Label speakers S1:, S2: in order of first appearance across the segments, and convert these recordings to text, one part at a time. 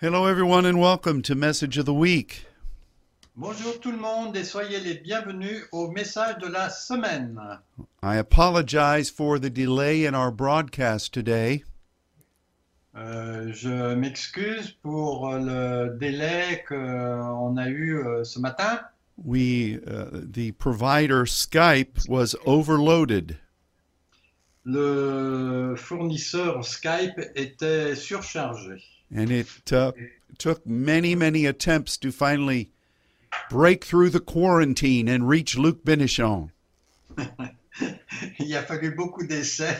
S1: Hello, everyone, and welcome to Message of the Week.
S2: Bonjour tout le monde et soyez les bienvenus au message de la semaine.
S1: I apologize for the delay in our broadcast today.
S2: Euh, je m'excuse pour le délai qu'on a eu euh, ce matin.
S1: We, uh, the provider Skype was overloaded,
S2: Le fournisseur Skype était surchargé
S1: and it uh, took many, many attempts to finally break through the quarantine and reach Luke Benichon.
S2: Il a fallu beaucoup d'essais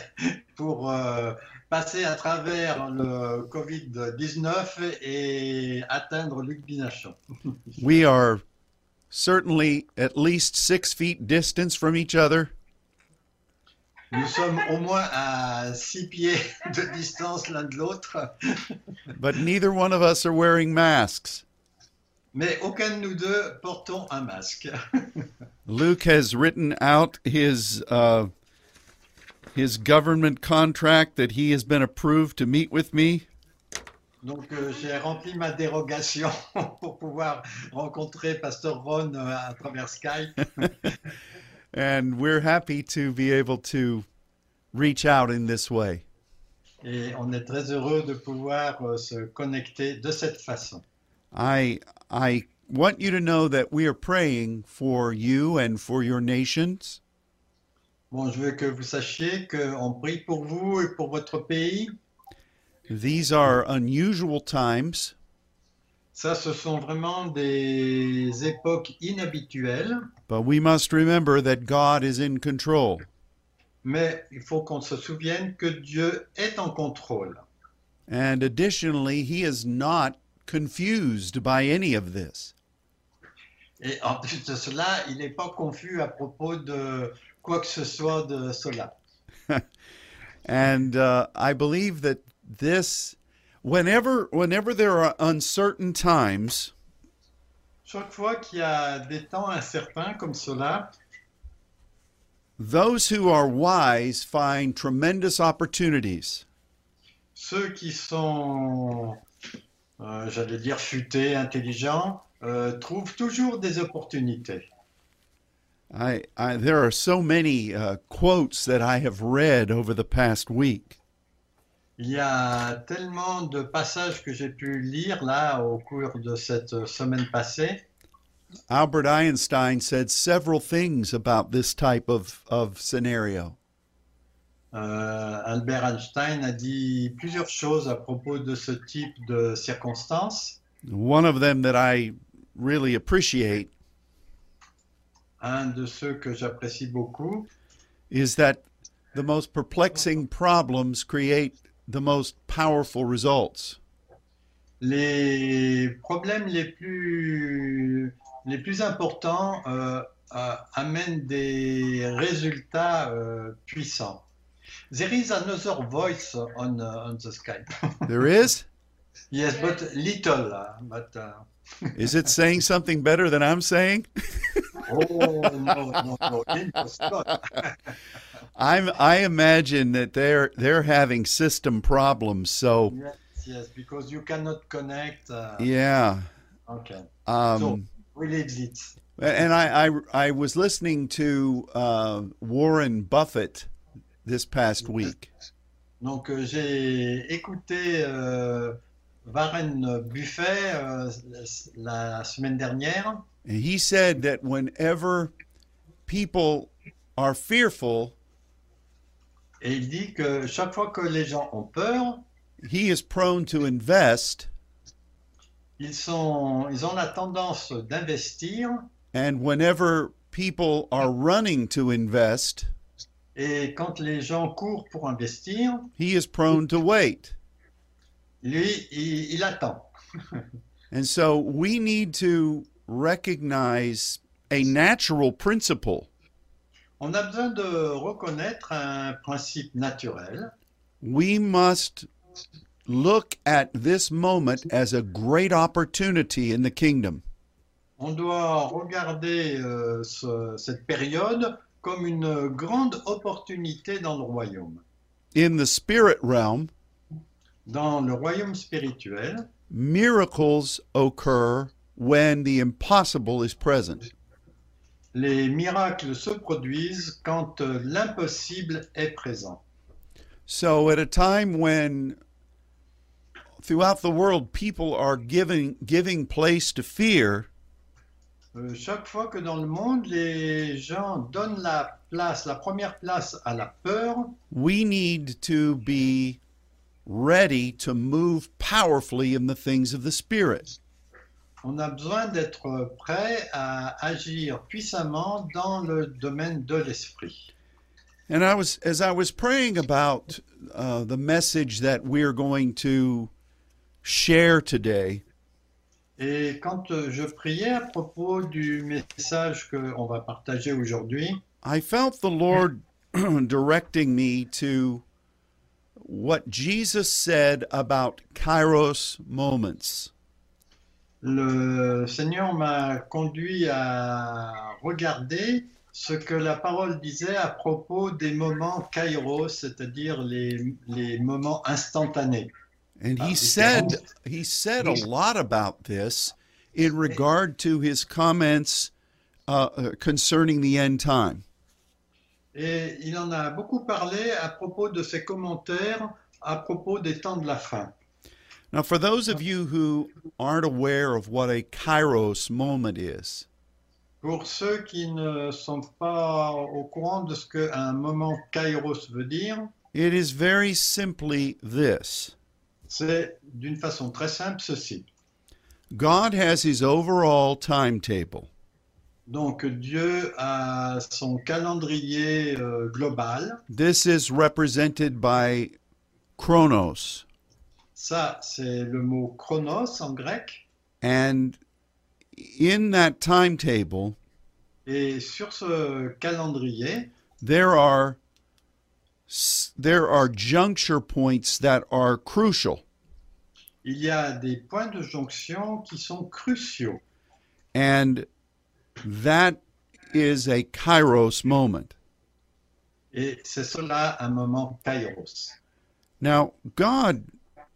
S2: pour euh, passer à travers le Covid-19 et atteindre Luc Binachon.
S1: We are certainly at least six feet distance from each other,
S2: Nous sommes au moins à six pieds de distance l'un de l'autre.
S1: but neither one of us are wearing masks.
S2: Mais aucun de nous deux portons un masque.
S1: Luke has written out his uh, his government contract that he has been approved to meet with me,
S2: Donc euh, j'ai rempli ma dérogation pour pouvoir rencontrer Pasteur Ron euh, à travers Skype.
S1: and we're happy to be able to reach out in this way.
S2: Et on est très heureux de pouvoir euh, se connecter de cette façon.
S1: I I want you to know that we are praying for you and for your nations,
S2: Bon, je veux que vous sachiez qu'on prie pour vous et pour votre pays.
S1: These are unusual times,
S2: Ça, ce sont vraiment des époques inhabituelles,
S1: but we must remember that God is in control.
S2: mais il faut qu'on se souvienne que Dieu est en contrôle.
S1: And additionally, he is not confused by any of this.
S2: Et en plus de cela, il n'est pas confus à propos de quoi que ce soit de cela.
S1: And uh, I believe that this, whenever whenever there are uncertain times,
S2: Chaque fois qu'il y a des temps incertains comme cela,
S1: those who are wise find tremendous opportunities.
S2: ceux qui sont, euh, j'allais dire, futés, intelligents, euh, trouvent toujours des opportunités.
S1: I, I there are so many uh, quotes that I have read over the past week,
S2: Il y a tellement de passages que j'ai pu lire là au cours de cette semaine passée.
S1: Albert Einstein said several things about this type of, of scenario.
S2: Euh, Albert Einstein a dit plusieurs choses à propos de ce type de circonstances.
S1: One of them that I really appreciate
S2: Un de ceux que j'apprécie beaucoup,
S1: is that the most perplexing problems create the most powerful results.
S2: les problèmes les plus, les plus importants euh, euh, amènent des résultats euh, puissants. There is another voice on, uh, on the Skype.
S1: There is?
S2: Yes, but little. uh, But, uh,
S1: Is it saying something better than I'm saying?
S2: oh, no, no, no, it was not.
S1: I'm I imagine that they're they're having system problems. So
S2: Yes, yes, because you cannot connect. uh,
S1: yeah.
S2: Okay,
S1: Um
S2: we leave it.
S1: and I I, I was listening to uh, Warren Buffett this past week.
S2: Donc, euh, j'ai écouté euh, Warren Buffet euh, la semaine dernière.
S1: And he said that whenever people are fearful,
S2: Et il dit que chaque fois que les gens ont peur,
S1: he is prone to invest
S2: ils, sont, ils ont la tendance d'investir.
S1: And whenever people are running to invest,
S2: Et quand les gens courent pour investir,
S1: he is prone to wait.
S2: lui, il, il attend.
S1: And so we need to recognize a natural principle.
S2: On a besoin de reconnaître un principe naturel.
S1: We must look at this moment as a great opportunity in the kingdom.
S2: On doit regarder euh, ce- cette période comme une grande opportunité dans le royaume.
S1: In the spirit realm,
S2: Dans le royaume spirituel,
S1: miracles occur when the impossible is present.
S2: les miracles se produisent quand euh, l'impossible est présent.
S1: So, at a time when throughout the world people are giving, giving place to fear,
S2: Euh, chaque fois que dans le monde, les gens donnent la place, la première place à la peur,
S1: we need to be ready to move powerfully in the things of the Spirit.
S2: on a besoin d'être prêt à agir puissamment dans le domaine de l'esprit.
S1: And I was, as I was praying about uh, the message that we're going to share today,
S2: Et quand euh, je priais à propos du message qu'on va partager aujourd'hui,
S1: I felt the Lord directing me to what Jesus said about kairos moments.
S2: le Seigneur m'a conduit à regarder ce que la parole disait à propos des moments kairos, c'est-à-dire les, les moments instantanés.
S1: And
S2: Ah,
S1: he
S2: we
S1: said
S2: don't.
S1: he said a lot about this in regard to his comments uh, uh, concerning the end time.
S2: Et il en a beaucoup parlé à propos de ses commentaires à propos des temps de la fin.
S1: Now, for those of you who aren't aware of what a kairos moment is,
S2: Pour ceux qui ne sont pas au courant de ce qu'un moment kairos veut dire,
S1: it is very simply this:
S2: c'est d'une façon très simple ceci.
S1: God has His overall timetable.
S2: Donc Dieu a son calendrier euh, global.
S1: This is represented by chronos,
S2: Ça, c'est le mot chronos en grec.
S1: and in that timetable,
S2: Et sur ce calendrier,
S1: there are s- there are juncture points that are crucial
S2: il y a des points de jonction qui sont cruciaux.
S1: and that is a kairos moment
S2: Et c'est cela un moment kairos.
S1: now god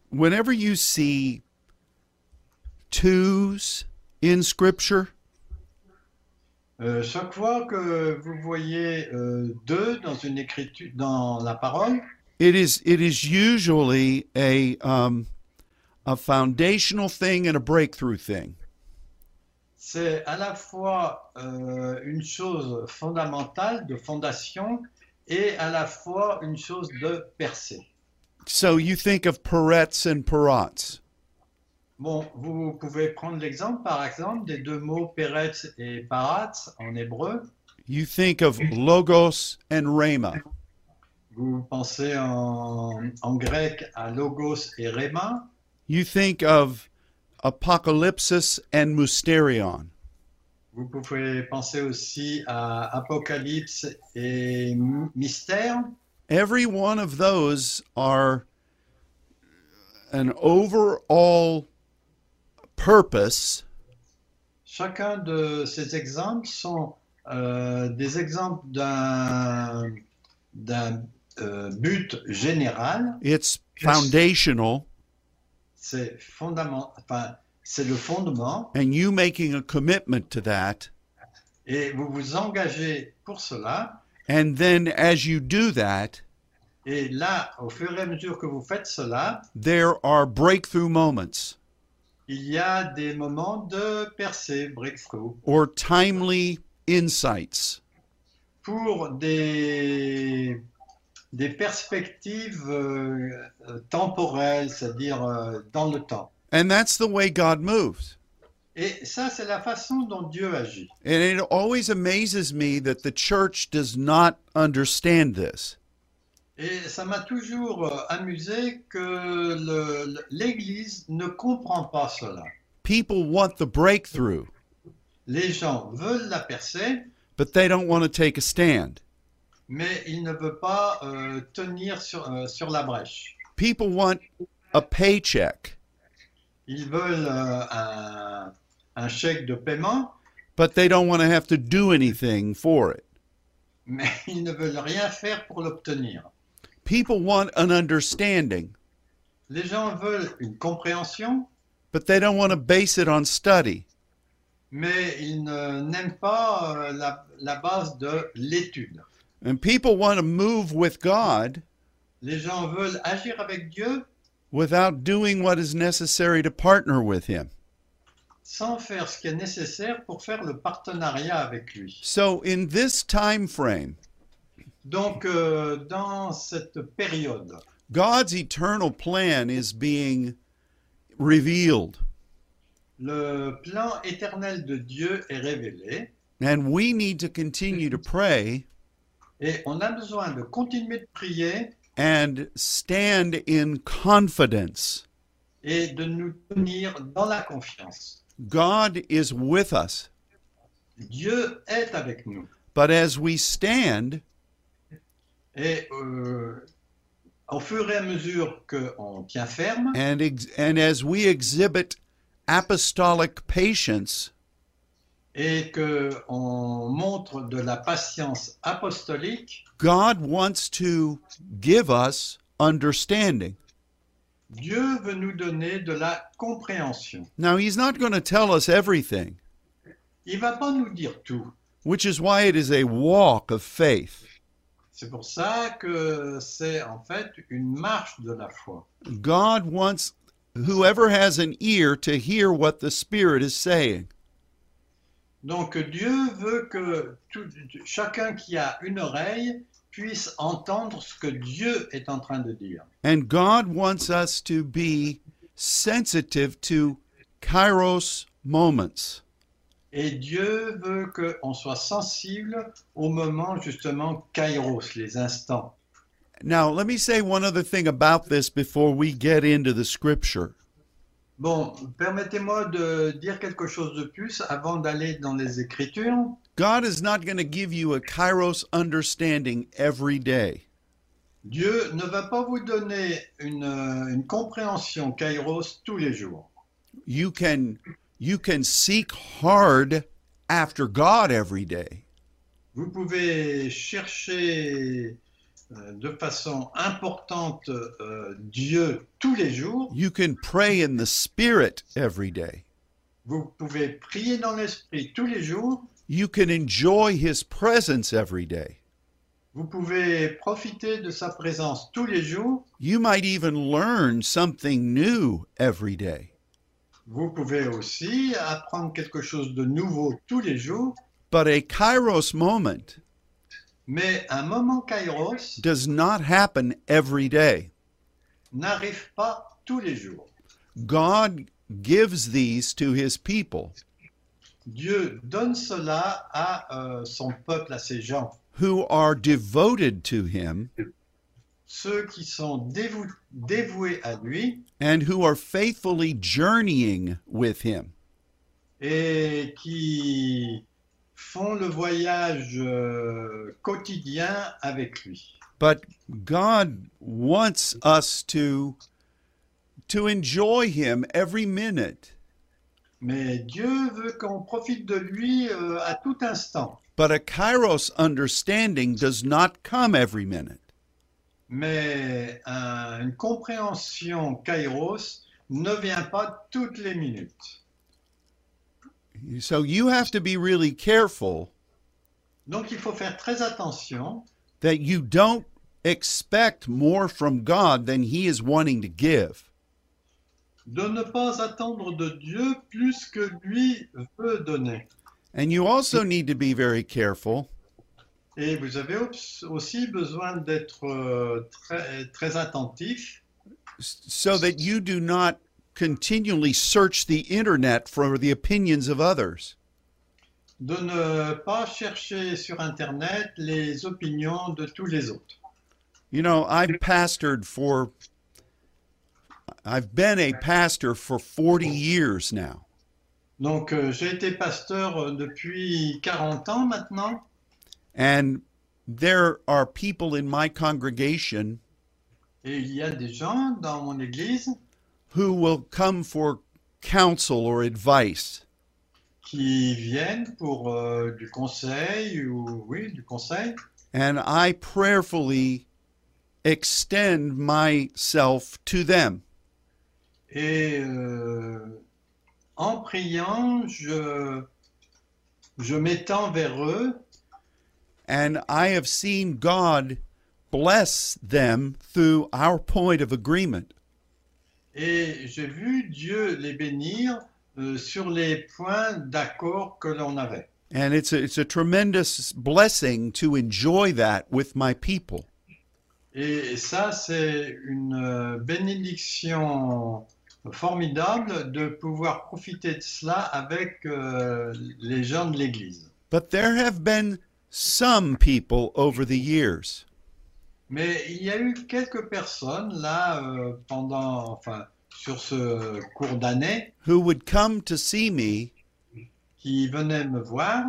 S1: whenever you see twos in scripture
S2: Euh, chaque fois que vous voyez euh, deux dans une écriture, dans la parole,
S1: it is it is usually a um, a foundational thing and a breakthrough thing
S2: c'est à la fois euh, une chose fondamentale de fondation et à la fois une chose de percée.
S1: so you think of parets and parats
S2: Bon, vous pouvez prendre l'exemple, par exemple, des deux mots peretz et paratz en hébreu.
S1: you think of logos and rhema
S2: Vous pensez en, en grec à logos et rema.
S1: You think of Apocalypsis and Musterion.
S2: Vous pouvez penser aussi à apocalypse et m- mystère.
S1: Every one of those are an overall purpose
S2: Chacun de ces exemples sont euh, des exemples d'un d'un, euh, but général.
S1: it's
S2: Yes.
S1: foundational
S2: C'est fondament, enfin, c'est le fondement,
S1: and you making a commitment to that
S2: et vous vous engagez pour cela.
S1: and then as you do that
S2: Et là, au fur et à mesure que vous faites cela,
S1: there are breakthrough moments
S2: il y a des moments de percée, breakthrough,
S1: or timely insights
S2: pour des des perspectives euh, euh, temporelles, c'est-à-dire euh, dans le temps.
S1: and that's the way God moves
S2: Et ça, c'est la façon dont Dieu agit.
S1: and it always amazes me that the church does not understand this
S2: Et ça m'a toujours euh, amusé que le- le- l'Église ne comprend pas cela.
S1: People want the breakthrough,
S2: Les gens veulent la percer,
S1: but they don't want to take a stand.
S2: mais ils ne veulent pas euh, tenir sur, euh, sur la brèche.
S1: People want a paycheck,
S2: Ils veulent euh, un, un chèque de paiement,
S1: but they don't want to have to do anything for it.
S2: mais ils ne veulent rien faire pour l'obtenir.
S1: People want an understanding,
S2: Les gens veulent une compréhension,
S1: but they don't want to base it on study.
S2: mais ils ne- n'aiment pas euh, la, la base de l'étude.
S1: And people want to move with God
S2: Les gens veulent agir avec Dieu
S1: without doing what is necessary to partner with Him.
S2: sans faire ce qui est nécessaire pour faire le partenariat avec lui.
S1: So, in this time frame,
S2: Donc, euh, dans cette période,
S1: God's eternal plan is being revealed,
S2: le plan éternel de Dieu est révélé
S1: and we need to continue to pray
S2: et on a besoin de continuer de prier
S1: and stand in confidence.
S2: et de nous tenir dans la confiance.
S1: God is with us,
S2: Dieu est avec nous.
S1: but as we stand,
S2: Et euh, au fur et à mesure qu'on tient ferme
S1: and ex- and as we exhibit apostolic patience,
S2: et qu'on montre de la patience apostolique,
S1: God wants to give us understanding.
S2: Dieu veut nous donner de la compréhension.
S1: Now, he's not going to tell us everything,
S2: Il va pas nous dire tout.
S1: which is why it is a walk of faith.
S2: C'est pour ça que c'est en fait une marche de la foi.
S1: God wants whoever has an ear to hear what the Spirit is saying.
S2: Donc Dieu veut que tout- chacun qui a une oreille puisse entendre ce que Dieu est en train de dire.
S1: And God wants us to be sensitive to kairos moments.
S2: Et Dieu veut qu'on soit sensible au moment justement kairos, les instants.
S1: Now, let me say one other thing about this before we get into the scripture.
S2: Bon, permettez-moi de dire quelque chose de plus avant d'aller dans les Écritures.
S1: God is not going to give you a kairos understanding every day.
S2: Dieu ne va pas vous donner une, euh, une compréhension kairos tous les jours.
S1: You can you can seek hard after God every day,
S2: Vous pouvez chercher euh, de façon importante euh, Dieu tous les jours.
S1: you can pray in the spirit every day.
S2: Vous pouvez prier dans l'esprit tous les jours.
S1: You can enjoy his presence every day.
S2: Vous pouvez profiter de sa présence tous les jours.
S1: You might even learn something new every day.
S2: Vous pouvez aussi apprendre quelque chose de nouveau tous les jours.
S1: But a kairos moment
S2: Mais un moment kairos
S1: does not happen every day.
S2: n'arrive pas tous les jours.
S1: God gives these to his people
S2: Dieu donne cela à euh, son peuple, à ses gens.
S1: who are devoted to him
S2: Ceux qui sont dévou- dévoués à lui,
S1: and who are faithfully journeying with him.
S2: et qui font le voyage euh, quotidien avec lui.
S1: But God wants us to to enjoy him every minute.
S2: Mais Dieu veut qu'on profite de lui euh, à tout instant.
S1: But a kairos understanding does not come every minute.
S2: Mais un- une compréhension kairos ne vient pas toutes les minutes.
S1: So you have to be really careful
S2: Donc il faut faire très attention
S1: that you don't expect more from God than he is wanting to give.
S2: de ne pas attendre de Dieu plus que lui veut donner.
S1: And you also need to be very careful
S2: Et vous avez obs- aussi besoin d'être euh, très, très attentif
S1: s- so that you do not continually search the internet for the opinions of others.
S2: de ne pas chercher sur Internet les opinions de tous les autres.
S1: You know, I pastored for I've been a pastor for 40 years now.
S2: Donc euh, j'ai été pasteur euh, depuis 40 ans maintenant
S1: And there are people in my congregation
S2: et il y a des gens dans mon église
S1: who will come for counsel or advice.
S2: qui viennent pour euh, du conseil ou oui, du conseil
S1: and I prayerfully extend myself to them.
S2: Et euh, en priant, je, je m'étends vers eux
S1: And I have seen God bless them through our point of agreement.
S2: et j'ai vu Dieu les bénir euh, sur les points d'accord que l'on avait.
S1: And it's a, it's a tremendous blessing to enjoy that with my people.
S2: Et ça, c'est une euh, bénédiction formidable de pouvoir profiter de cela avec euh, les gens de l'Église.
S1: But there have been some people over the years
S2: Mais il y a eu quelques personnes là euh, pendant, enfin, sur ce cours d'année
S1: who would come to see me,
S2: qui venaient me voir,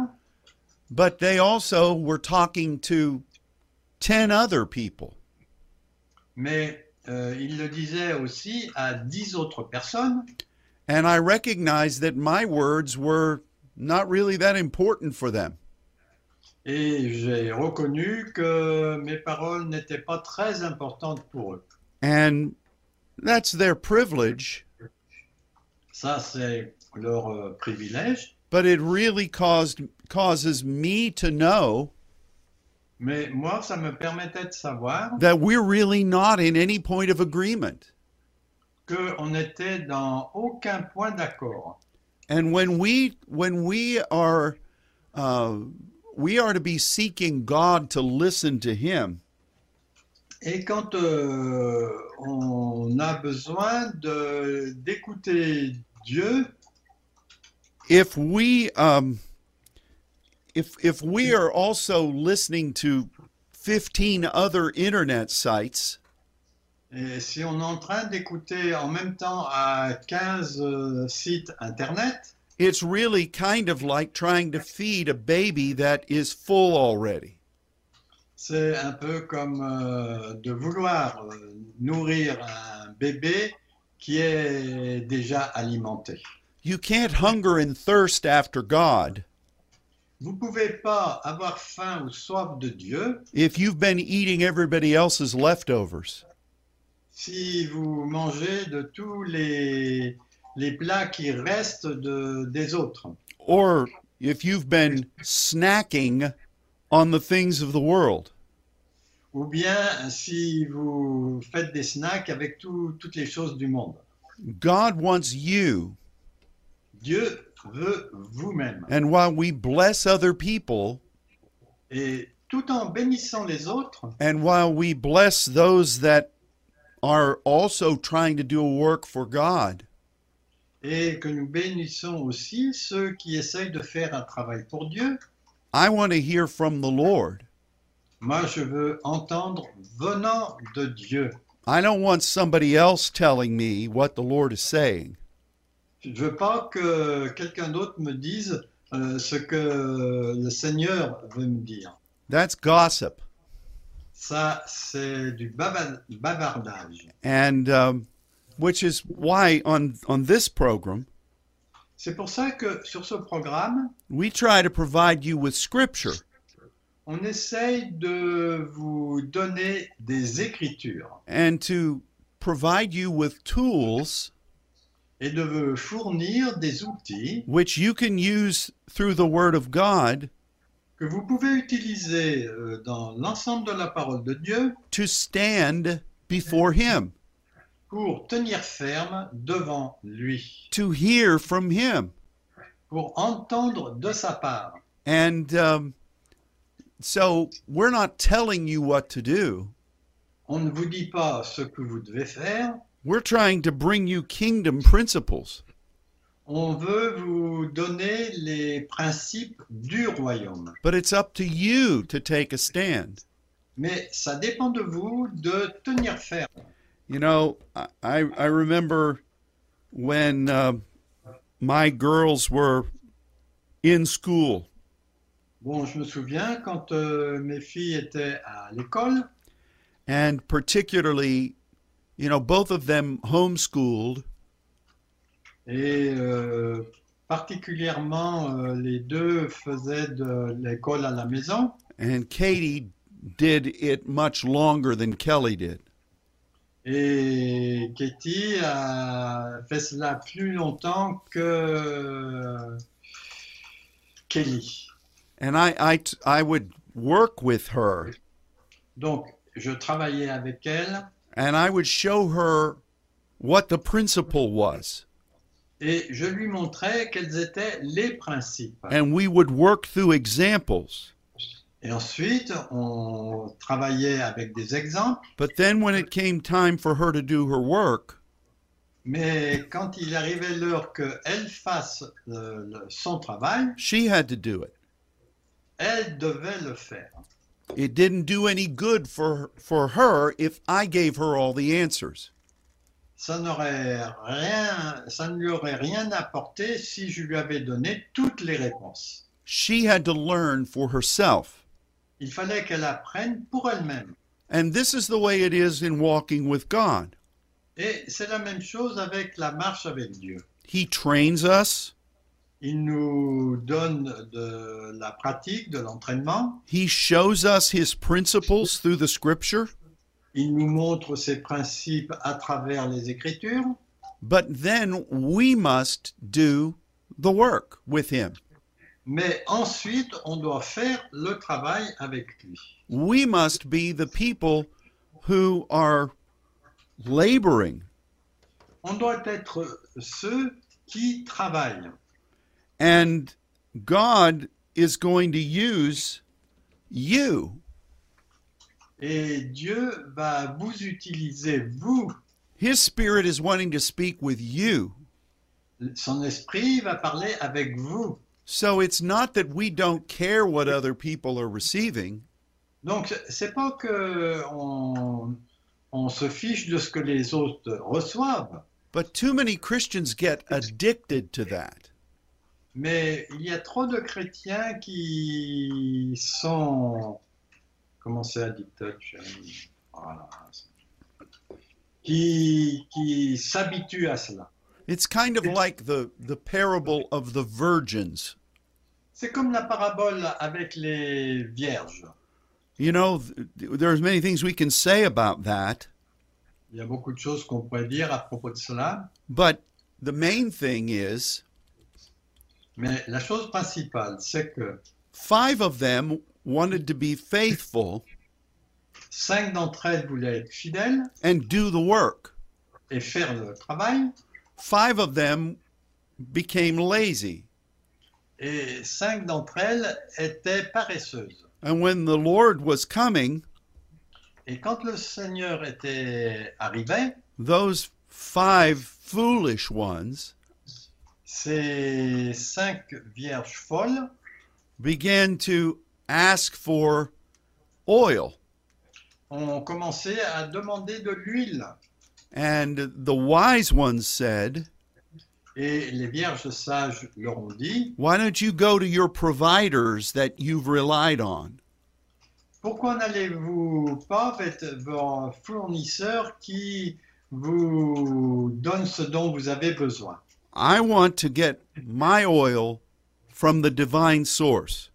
S1: but they also were talking to 10 other people.
S2: mais euh, ils le disaient aussi à dix autres personnes.
S1: And I recognized that my words were not really that important for them.
S2: Et j'ai reconnu que mes paroles n'étaient pas très importantes pour eux.
S1: And that's their privilege,
S2: Ça, c'est leur euh, privilège.
S1: but it really caused causes me to know
S2: Mais moi, ça me permettait de savoir
S1: that we're really not in any point of agreement.
S2: qu'on n'était dans aucun point d'accord.
S1: And when we when we are uh, we are to be seeking God to listen to Him,
S2: Et quand euh, on a besoin de- d'écouter Dieu,
S1: if we um, if if we are also listening to fifteen other internet sites,
S2: et si on est en train d'écouter en même temps à 15 euh, sites Internet,
S1: it's really kind of like trying to feed a baby that is full already.
S2: c'est un peu comme euh, de vouloir euh, nourrir un bébé qui est déjà alimenté.
S1: You can't hunger and thirst after God
S2: Vous ne pouvez pas avoir faim ou soif de Dieu
S1: if you've been eating everybody else's leftovers.
S2: Si vous mangez de tous les, les plats qui restent de- des autres,
S1: or if you've been snacking on the things of the world.
S2: ou bien si vous faites des snacks avec tout- toutes les choses du monde.
S1: God wants you,
S2: Dieu veut vous-même.
S1: and while we bless other people
S2: Et tout en bénissant les autres,
S1: and while we bless those that are also trying to do a work for God,
S2: et que nous bénissons aussi ceux qui essayent de faire un travail pour Dieu,
S1: I want to hear from the Lord.
S2: moi je veux entendre venant de Dieu.
S1: I don't want somebody else telling me what the Lord is saying.
S2: Je ne veux pas que quelqu'un d'autre me dise euh, ce que le Seigneur veut me dire.
S1: That's gossip.
S2: Ça, c'est du bava- bavardage.
S1: And um, which is why on, on this program,
S2: C'est pour ça que sur ce programme,
S1: we try to provide you with scripture.
S2: on essaye de vous donner des écritures
S1: and to provide you with tools
S2: et de vous fournir des outils
S1: which you can use through the Word of God
S2: que vous pouvez utiliser euh, dans l'ensemble de la parole de Dieu
S1: to stand before Him,
S2: pour tenir ferme devant lui,
S1: to hear from Him.
S2: pour entendre de sa part.
S1: And um, so we're not telling you what to do,
S2: On ne vous dit pas ce que vous devez faire,
S1: we're trying to bring you kingdom principles.
S2: on veut vous donner les principes du royaume.
S1: But it's up to you to take a stand.
S2: Mais ça dépend de vous de tenir ferme.
S1: You know, I, I I remember when um my girls were in school
S2: Bon, je me souviens quand euh, mes filles étaient à l'école,
S1: and particularly, you know, both of them homeschooled,
S2: et euh, particulièrement euh, les deux faisaient de l'école à la maison,
S1: and Katie did it much longer than Kelly did.
S2: Et Katie a fait cela plus longtemps que Kelly.
S1: And I, I, t- I would work with her
S2: Donc, je travaillais avec elle
S1: and I would show her what the principle was.
S2: et je lui montrais quels étaient les principes.
S1: And we would work through examples.
S2: Et ensuite, on travaillait avec des exemples,
S1: But then when it came time for her to do her work,
S2: mais quand il arrivait l'heure qu'elle fasse le- le- son travail,
S1: she had to do it.
S2: elle devait le faire.
S1: It didn't do any good for, for her if I gave her all the answers.
S2: Ça, n'aurait rien, ça ne lui aurait rien apporté si je lui avais donné toutes les réponses.
S1: She had to learn for herself.
S2: Il fallait qu'elle apprenne pour elle-même.
S1: And this is the way it is in walking with God.
S2: Et c'est la même chose avec la marche avec Dieu.
S1: He trains us,
S2: Il nous donne de la pratique, de l'entraînement.
S1: He shows us His principles through the scripture,
S2: Il nous montre ses principes à travers les Écritures.
S1: but then we must do the work with Him.
S2: Mais ensuite, on doit faire le travail avec lui.
S1: We must be the people who are laboring
S2: On doit être ceux qui travaillent.
S1: And God is going to use you.
S2: Et Dieu va vous utiliser, vous.
S1: His spirit is wanting to speak with you.
S2: Son esprit va parler avec vous.
S1: So it's not that we don't care what other people are receiving.
S2: Donc, c'est pas que on, on se fiche de ce que les autres reçoivent,
S1: But too many Christians get addicted to that.
S2: mais il y a trop de chrétiens qui sont, comment c'est addict Voilà. qui, qui s'habituent à cela.
S1: It's kind of like the, the parable of the virgins.
S2: C'est comme la parabole avec les vierges.
S1: You know, th- there's many things we can say about that,
S2: Il y a beaucoup de choses qu'on pourrait dire à propos de cela,
S1: but the main thing is
S2: mais la chose principale, c'est que
S1: five of them wanted to be faithful
S2: cinq d'entre elles voulaient être fidèles
S1: and do the work.
S2: et faire le travail,
S1: five of them became lazy.
S2: et cinq d'entre elles étaient paresseuses.
S1: And when the Lord was coming,
S2: Et quand le Seigneur était arrivé,
S1: those five foolish ones
S2: ces cinq vierges folles
S1: began to ask for oil.
S2: ont commencé à demander de l'huile.
S1: And the wise ones said,
S2: Et les vierges sages leur ont dit,
S1: Why don't you go to your providers that you've relied on?
S2: pourquoi n'allez-vous pas vers vos fournisseurs qui vous donnent ce dont vous avez besoin
S1: I want to get my oil from the divine source.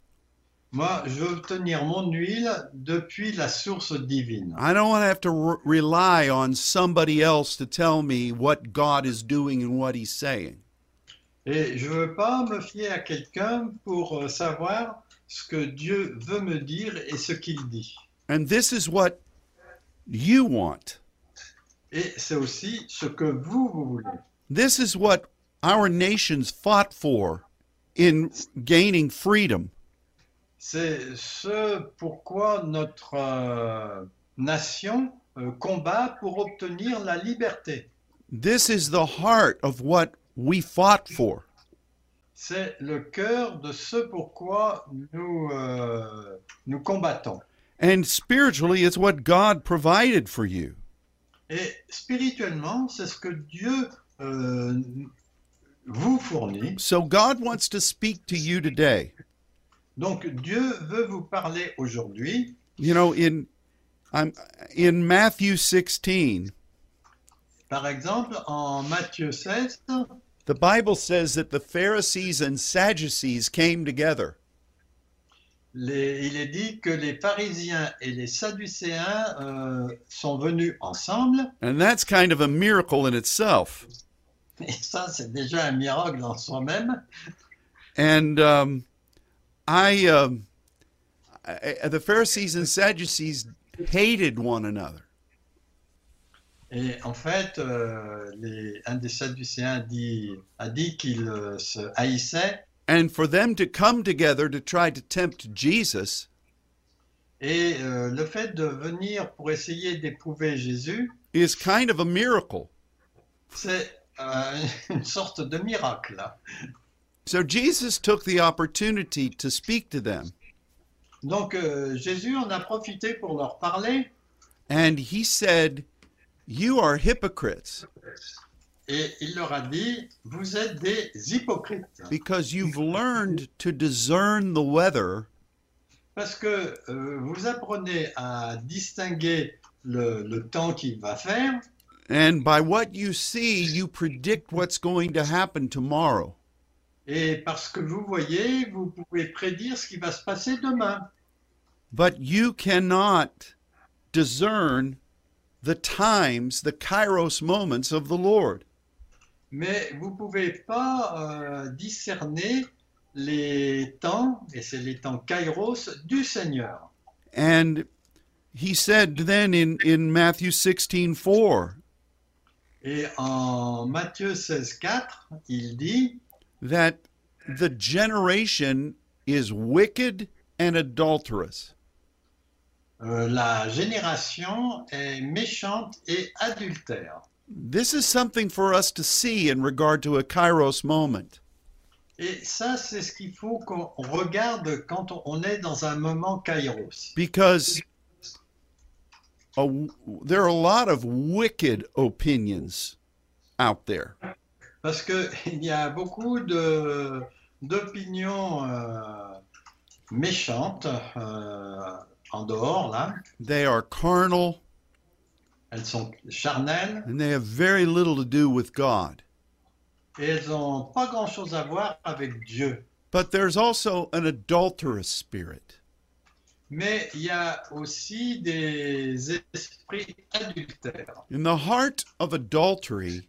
S2: Moi, je veux obtenir mon huile depuis la source divine.
S1: I don't want to have to re- rely on somebody else to tell me what God is doing and what He's saying.
S2: Et je ne veux pas me fier à quelqu'un pour euh, savoir ce que Dieu veut me dire et ce qu'il dit.
S1: And this is what you want.
S2: Et c'est aussi ce que vous, vous voulez.
S1: This is what our nations fought for in gaining freedom.
S2: C'est ce pourquoi notre euh, nation euh, combat pour obtenir la liberté.
S1: This is the heart of what we fought for.
S2: C'est le cœur de ce pourquoi nous, euh, nous combattons.
S1: And spiritually, it's what God provided for you.
S2: Et spirituellement, c'est ce que Dieu euh, vous fournit.
S1: So God wants to speak to you today.
S2: Donc Dieu veut vous parler aujourd'hui.
S1: You know, in I'm in Matthew 16,
S2: Par exemple, en Matthieu 16,
S1: the Bible says that the Pharisees and Sadducees came together.
S2: les- il est dit que les Parisiens et les Sadducéens euh, sont venus ensemble,
S1: And that's kind of a miracle in itself.
S2: et ça c'est déjà un miracle en soi-même.
S1: And um, I, um, I, I- the Pharisees and Sadducees hated one another.
S2: Et en fait, euh, les- un des Sadducéens dit- a dit qu'ils euh, se haïssaient,
S1: And for them to come together to try to tempt Jesus
S2: et euh, le fait de venir pour essayer d'éprouver Jésus,
S1: is kind of a miracle.
S2: c'est euh, une sorte de miracle. là.
S1: So Jesus took the opportunity to speak to them,
S2: Donc euh, Jésus en a profité pour leur parler
S1: and he said, You are hypocrites
S2: et il leur a dit, vous êtes des hypocrites.
S1: because you've learned to discern the weather
S2: Parce que euh, vous apprenez à distinguer le, le temps qu'il va faire
S1: And by what you see, you predict what's going to happen tomorrow.
S2: et parce que vous voyez, vous pouvez prédire ce qui va se passer demain.
S1: But you cannot discern the times, the kairos moments of the Lord.
S2: Mais vous ne pouvez pas euh, discerner les temps, et c'est les temps kairos, du Seigneur.
S1: And he said then in, in Matthew 16 4
S2: Et en Matthieu 16, 4, il dit,
S1: that the generation is wicked and adulterous.
S2: euh, la génération est méchante et adultère.
S1: This is something for us to see in regard to a kairos moment.
S2: Et ça, c'est ce qu'il faut qu'on regarde quand on- on est dans un moment kairos.
S1: because a w there are a lot of wicked opinions out there.
S2: Parce qu'il y a beaucoup de- d'opinions euh, méchantes euh, en dehors, là.
S1: They are carnal
S2: Elles sont charnelles
S1: and they have very little to do with God.
S2: et elles n'ont pas grand-chose à voir avec Dieu.
S1: But there's also an adulterous spirit.
S2: Mais il y a aussi des esprits adultères.
S1: In the heart of adultery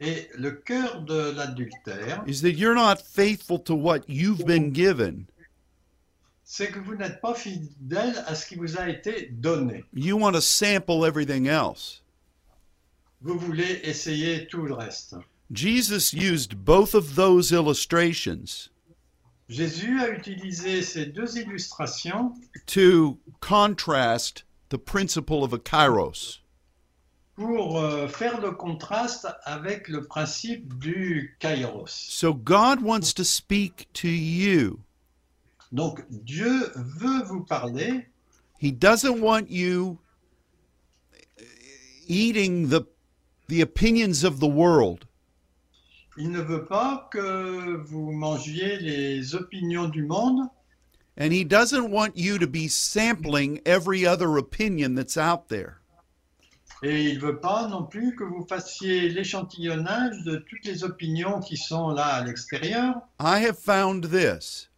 S2: Et le cœur de l'adultère,
S1: is that you're not faithful to what you've been given.
S2: c'est que vous n'êtes pas fidèle à ce qui vous a été donné.
S1: You want to sample everything else.
S2: Vous voulez essayer tout le reste.
S1: Jesus used both of those illustrations
S2: Jésus a utilisé ces deux illustrations
S1: to contrast the principle of a kairos.
S2: pour euh, faire le contraste avec le principe du kairos.
S1: So God wants to speak to you.
S2: Donc Dieu veut vous parler,
S1: He doesn't want you eating the the opinions of the world.
S2: il ne veut pas que vous mangiez les opinions du monde
S1: And he doesn't want you to be sampling every other opinion that's out there.
S2: et il ne veut pas non plus que vous fassiez l'échantillonnage de toutes les opinions qui sont là à l'extérieur.
S1: I have found this.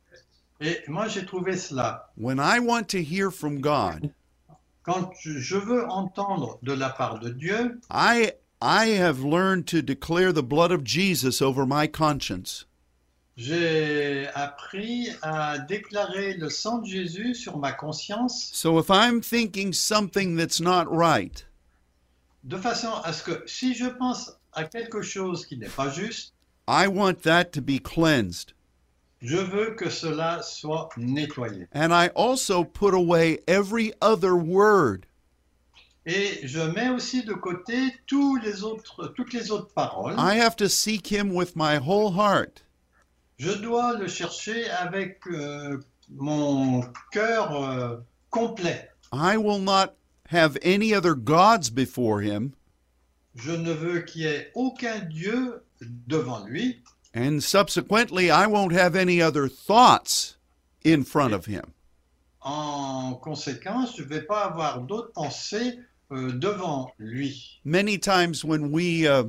S2: Et moi j'ai trouvé cela.
S1: When I want to hear from God,
S2: Quand je veux entendre de la part de Dieu,
S1: I I have learned to declare the blood of Jesus over my conscience.
S2: J'ai appris à déclarer le sang de Jésus sur ma conscience
S1: So if I'm thinking something that's not right,
S2: de façon à ce que si je pense à quelque chose qui n'est pas juste,
S1: I want that to be cleansed.
S2: je veux que cela soit nettoyé.
S1: And I also put away every other word.
S2: Et je mets aussi de côté tous les autres, toutes les autres paroles.
S1: I have to seek him with my whole heart.
S2: Je dois le chercher avec euh, mon cœur euh, complet.
S1: I will not have any other gods before him.
S2: Je ne veux qu'il y ait aucun Dieu devant lui.
S1: And subsequently, I won't have any other thoughts in front of him.
S2: En conséquence, je ne vais pas avoir d'autres pensées euh, devant lui.
S1: Many times when we, uh,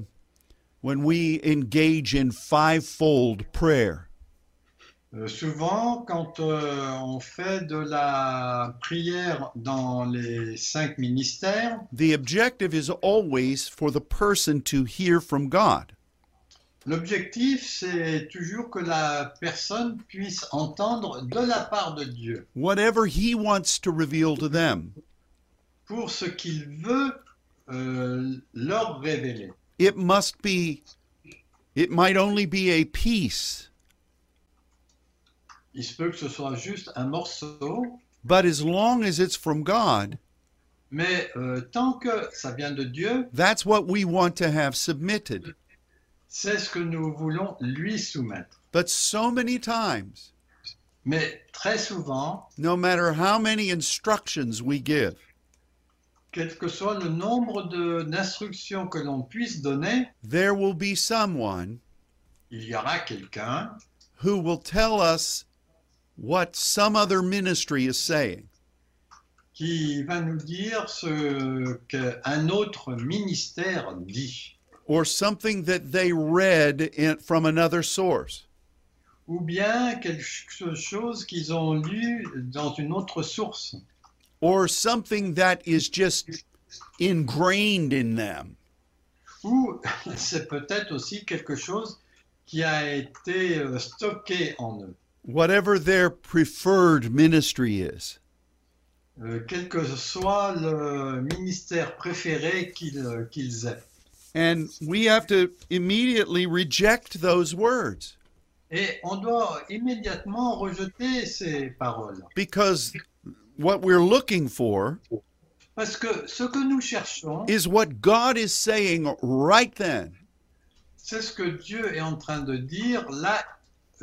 S1: when we engage in fivefold prayer,
S2: Euh, souvent, quand euh, on fait de la prière dans les cinq ministères,
S1: The objective is always for the person to hear from God.
S2: l'objectif, c'est toujours que la personne puisse entendre de la part de Dieu
S1: Whatever He wants to reveal to them,
S2: pour ce qu'il veut euh, leur révéler.
S1: it must be, it might only be a piece,
S2: Il se peut que ce soit juste un morceau,
S1: but as long as it's from God,
S2: mais euh, tant que ça vient de Dieu,
S1: that's what we want to have submitted.
S2: c'est ce que nous voulons lui soumettre.
S1: But so many times,
S2: Mais très souvent,
S1: no matter how many instructions we give,
S2: quel que soit le nombre de- d'instructions que l'on puisse donner,
S1: there will be someone
S2: il y aura quelqu'un
S1: who will tell us what some other ministry is saying.
S2: qui va nous dire ce qu'un autre ministère dit,
S1: or something that they read in, from another source.
S2: ou bien quelque chose qu'ils ont lu dans une autre source,
S1: or something that is just ingrained in them.
S2: ou c'est peut-être aussi quelque chose qui a été euh, stocké en eux,
S1: Whatever their preferred ministry is,
S2: Euh, quel que soit le ministère préféré qu'ils euh, qu'ils aient.
S1: and we have to immediately reject those words
S2: Et on doit immédiatement rejeter ces paroles.
S1: because what we're looking for
S2: Parce que ce que nous cherchons,
S1: is what God is saying right then,
S2: c'est ce que Dieu est en train de dire là,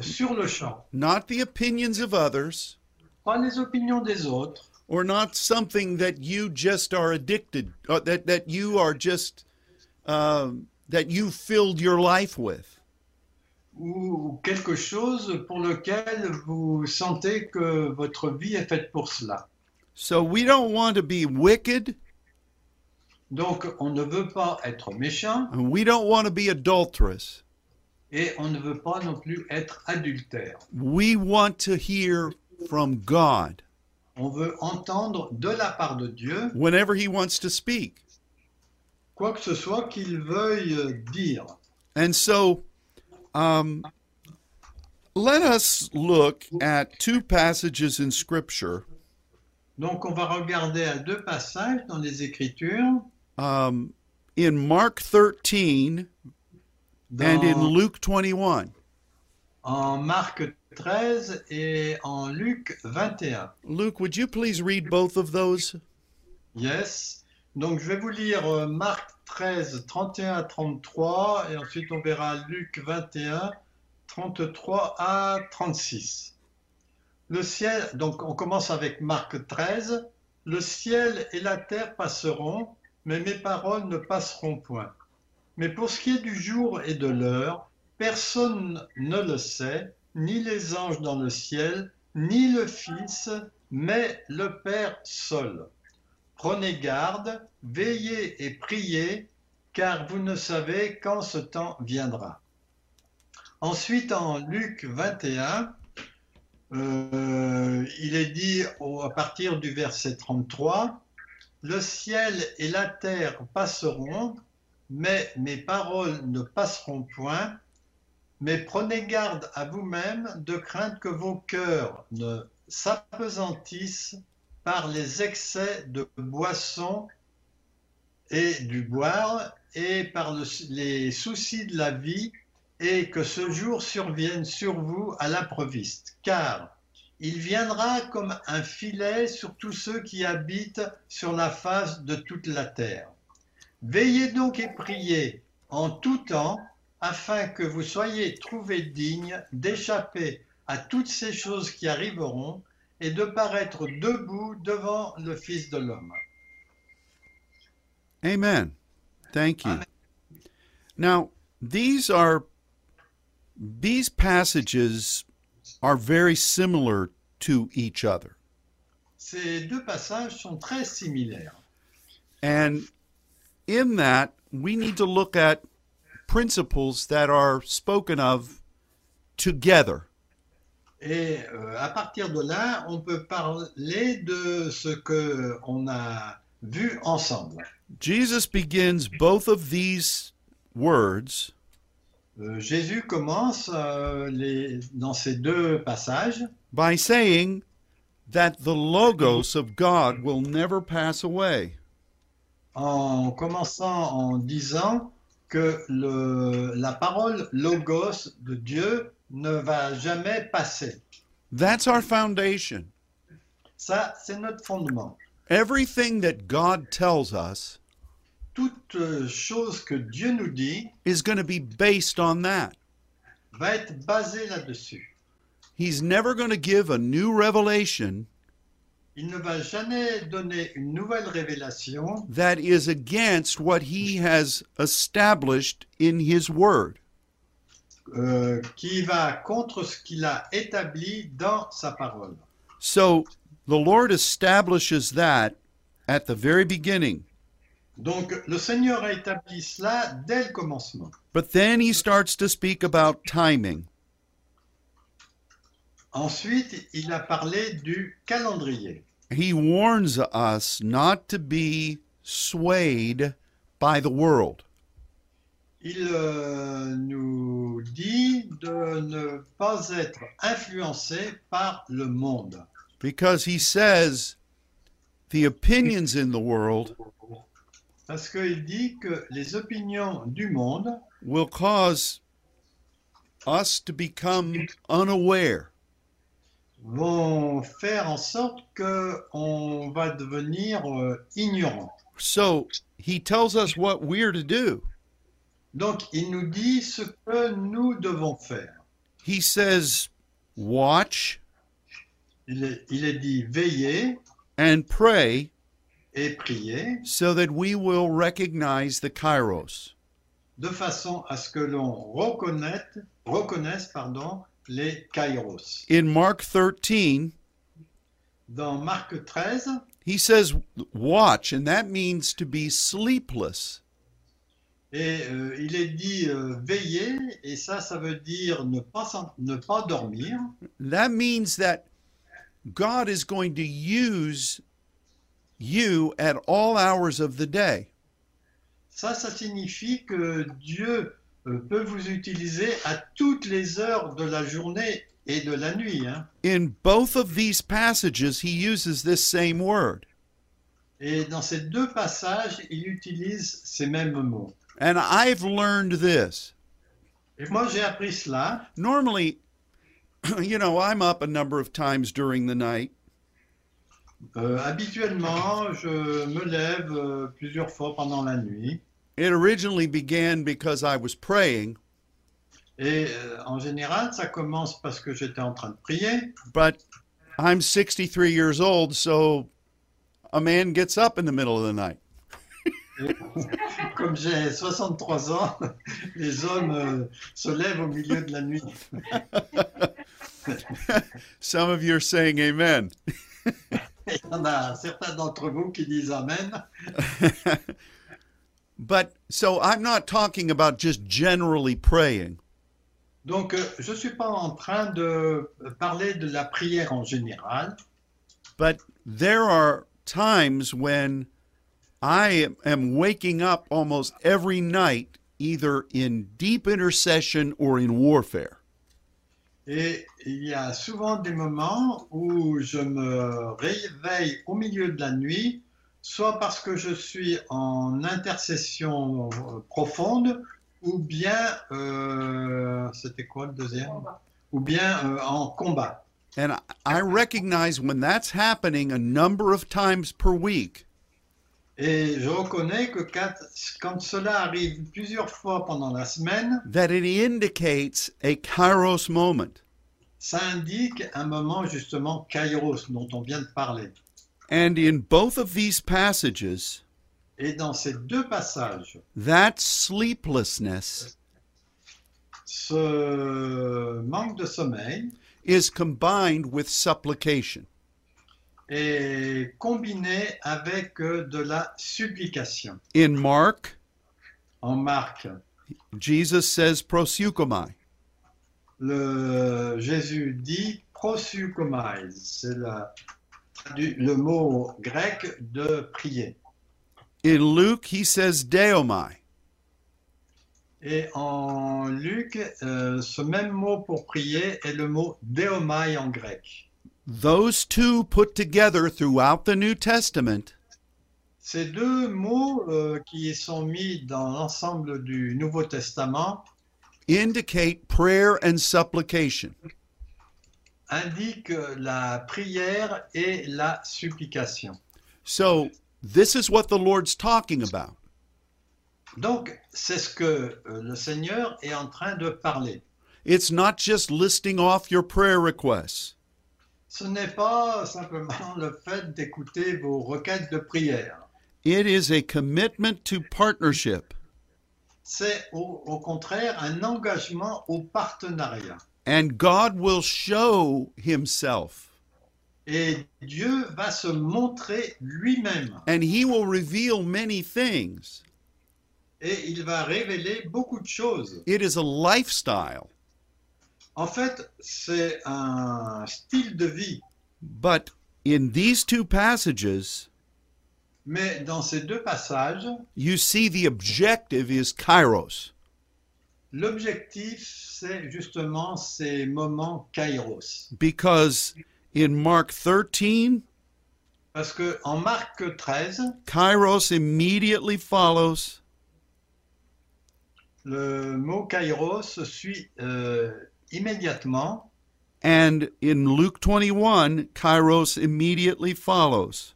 S2: sur le champ.
S1: not the opinions of others
S2: Pas les opinions des autres,
S1: or not something that you just are addicted or that that you are just um, that you filled your life with.
S2: ou quelque chose pour lequel vous sentez que votre vie est faite pour cela.
S1: So we don't want to be wicked
S2: Donc, on ne veut pas être méchant
S1: and we don't want to be adulterous.
S2: et on ne veut pas non plus être adultère.
S1: We want to hear from God
S2: On veut entendre de la part de Dieu
S1: whenever He wants to speak.
S2: quoi que ce soit qu'il veuille dire.
S1: And so um, let us look at two passages in Scripture
S2: Donc, on va regarder à deux passages dans les Écritures.
S1: um, in Mark 13 and in
S2: dans-
S1: Luke 21.
S2: en Marc 13 et en Luc 21.
S1: Luke, would you please read both of those?
S2: Yes. Donc je vais vous lire euh, Marc 13, 31 à 33 et ensuite on verra Luc 21, 33 à 36. Le ciel, donc on commence avec Marc 13. Le ciel et la terre passeront, mais mes paroles ne passeront point. Mais pour ce qui est du jour et de l'heure, personne ne le sait, ni les anges dans le ciel, ni le Fils, mais le Père seul. Prenez garde, veillez et priez, car vous ne savez quand ce temps viendra. Ensuite, en Luc 21, euh, il est dit au- à partir du verset 33, Le ciel et la terre passeront, mais mes paroles ne passeront point. Mais prenez garde à vous-même de crainte que vos cœurs ne s'apesantissent par les excès de boisson et du boire et par le- les soucis de la vie et que ce jour survienne sur vous à l'improviste car il viendra comme un filet sur tous ceux qui habitent sur la face de toute la terre. Veillez donc et priez en tout temps afin que vous soyez trouvés dignes d'échapper à toutes ces choses qui arriveront et de paraître debout devant le Fils de l'homme.
S1: Amen. Thank you.
S2: Amen.
S1: Now, these are these passages are very similar to each other.
S2: Ces deux passages sont très similaires.
S1: And in that, we need to look at principles that are spoken of together.
S2: Et euh, à partir de là, on peut parler de ce que on a vu ensemble.
S1: Jesus begins both of these words
S2: Euh, Jésus commence euh, les- dans ces deux passages
S1: by saying that the logos of God will never pass away.
S2: en commençant en disant que le- la parole logos de Dieu ne va jamais passer.
S1: That's our foundation.
S2: Ça, c'est notre fondement.
S1: Everything that God tells us
S2: Toute euh, chose que Dieu nous dit
S1: is going to be based on that.
S2: va être basée là-dessus.
S1: He's never going to give a new revelation
S2: Il ne va jamais donner une nouvelle révélation
S1: that is against what he has established in his word.
S2: euh, qui va contre ce qu'il a établi dans sa parole.
S1: So the Lord establishes that at the very beginning,
S2: Donc le Seigneur a établi cela dès le commencement.
S1: but then he starts to speak about timing.
S2: Ensuite, il a parlé du calendrier.
S1: He warns us not to be swayed by the world.
S2: Il euh, nous dit de ne pas être influencé par le monde.
S1: because he says the opinions in the world
S2: Parce qu'il dit que les opinions du monde
S1: will cause us to become unaware.
S2: vont faire en sorte qu'on va devenir euh, ignorant.
S1: So he tells us what we're to do.
S2: Donc il nous dit ce que nous devons faire.
S1: He says, watch
S2: Il est, il est dit veiller
S1: and pray
S2: et prier
S1: so that we will recognize the kairos.
S2: de façon à ce que l'on reconnaisse, reconnaisse pardon, les kairos.
S1: In Mark 13,
S2: Dans Marc 13,
S1: he says, watch, and that means to be sleepless.
S2: et, euh, il est dit euh, veiller, et ça, ça veut dire ne pas, s'en- ne pas dormir.
S1: That means that God is going to use you at all hours of the day.
S2: Ça, ça signifie que Dieu euh, peut vous utiliser à toutes les heures de la journée et de la nuit. hein.
S1: In both of these passages, he uses this same word.
S2: Et dans ces deux passages, il utilise ces mêmes mots.
S1: And I've learned this.
S2: Et moi, j'ai appris cela.
S1: Normally, you know, I'm up a number of times during the night,
S2: Euh, habituellement, je me lève euh, plusieurs fois pendant la nuit.
S1: it originally began because I was praying,
S2: Et euh, en général, ça commence parce que j'étais en train de prier.
S1: but I'm 63 years old, so a man gets up in the middle of the night.
S2: Et comme j'ai 63 ans, les hommes euh, se lèvent au milieu de la nuit.
S1: Some of you are saying amen.
S2: Et il y en a certains d'entre vous qui disent Amen.
S1: But so I'm not talking about just generally praying.
S2: Donc, euh, je ne suis pas en train de parler de la prière en général,
S1: But there are times when I am- am waking up almost every night, either in deep intercession or in warfare.
S2: Et il y a souvent des moments où je me réveille au milieu de la nuit, soit parce que je suis en intercession euh, profonde, ou bien, euh, c'était quoi le deuxième? Ou bien euh, en combat.
S1: And I- I recognize when that's happening a number of times per week,
S2: Et je reconnais que quand, quand cela arrive plusieurs fois pendant la semaine,
S1: that it indicates a kairos moment.
S2: ça indique un moment justement kairos dont on vient de parler.
S1: And in both of these passages,
S2: Et dans ces deux passages,
S1: that sleeplessness
S2: ce manque de sommeil
S1: is combined with supplication.
S2: est combiné avec euh, de la supplication.
S1: In Mark,
S2: En Marc,
S1: Jesus says prosukomai.
S2: le Jésus dit prosukomaïs, c'est la- tradu- le mot grec de prier.
S1: In Luke, he says deomai.
S2: Et en Luc, euh, ce même mot pour prier est le mot deomai en grec.
S1: Those two put together throughout the New Testament
S2: Ces deux mots euh, qui sont mis dans l'ensemble du Nouveau Testament
S1: indicate prayer and supplication.
S2: indiquent la prière et la supplication.
S1: So, this is what the Lord's talking about.
S2: Donc, c'est ce que euh, le Seigneur est en train de parler.
S1: It's not just listing off your prayer requests.
S2: Ce n'est pas simplement le fait d'écouter vos requêtes de prière.
S1: It is a commitment to partnership
S2: C'est au, au contraire un engagement au partenariat.
S1: and God will show himself
S2: Et Dieu va se montrer lui-même
S1: and he will reveal many things.
S2: et il va révéler beaucoup de choses.
S1: It is a lifestyle,
S2: En fait, c'est un style de vie.
S1: but in these two passages,
S2: Mais dans ces deux passages,
S1: you see the objective is kairos.
S2: l'objectif, c'est justement ces moments kairos.
S1: because in Mark 13,
S2: Parce que en Marc 13,
S1: kairos immediately follows,
S2: le mot kairos suit euh, immédiatement
S1: and in Luke 21, kairos immediately follows.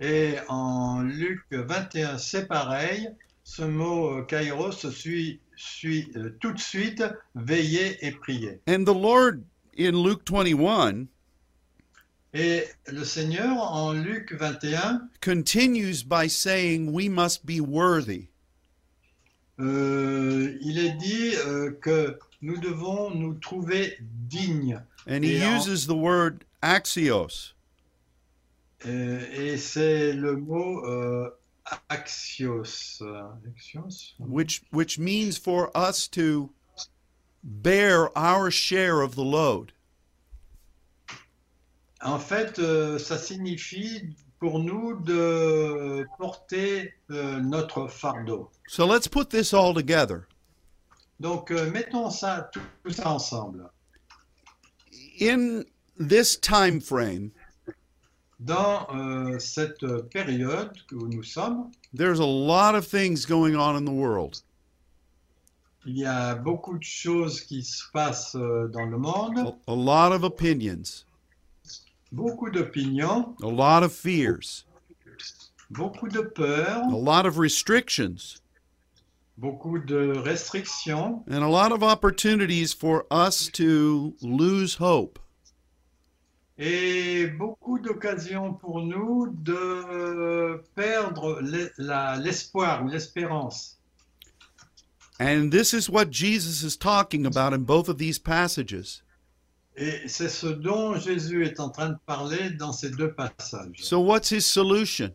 S2: et en Luc 21 c'est pareil. Ce mot euh, kairos suit, suit euh, tout de suite veiller et prier.
S1: And the Lord in Luke 21
S2: Et le Seigneur en Luc 21
S1: continues by saying we must be worthy.
S2: euh, il est dit euh, que nous devons nous trouver dignes.
S1: And he
S2: Yeah.
S1: uses the word axios.
S2: Euh, et c'est le mot euh, axios. Axios
S1: which which means for us to bear our share of the load.
S2: En fait, euh, ça signifie pour nous de porter euh, notre fardeau.
S1: So let's put this all together.
S2: Donc, euh, mettons ça tout, tout ça ensemble.
S1: In this time frame,
S2: Dans euh, cette période où nous sommes,
S1: there's a lot of things going on in the world.
S2: il y a beaucoup de choses qui se passent euh, dans le
S1: A,
S2: monde,
S1: a lot of opinions,
S2: beaucoup d'opinions,
S1: a lot of fears,
S2: beaucoup de peurs,
S1: a lot of restrictions,
S2: beaucoup de restrictions
S1: and a lot of opportunities for us to lose hope.
S2: et beaucoup d'occasions pour nous de perdre l'e- la- l'espoir ou l'espérance.
S1: And this is what Jesus is talking about in both of these passages.
S2: Et c'est ce dont Jésus est en train de parler dans ces deux passages.
S1: So, what's his solution?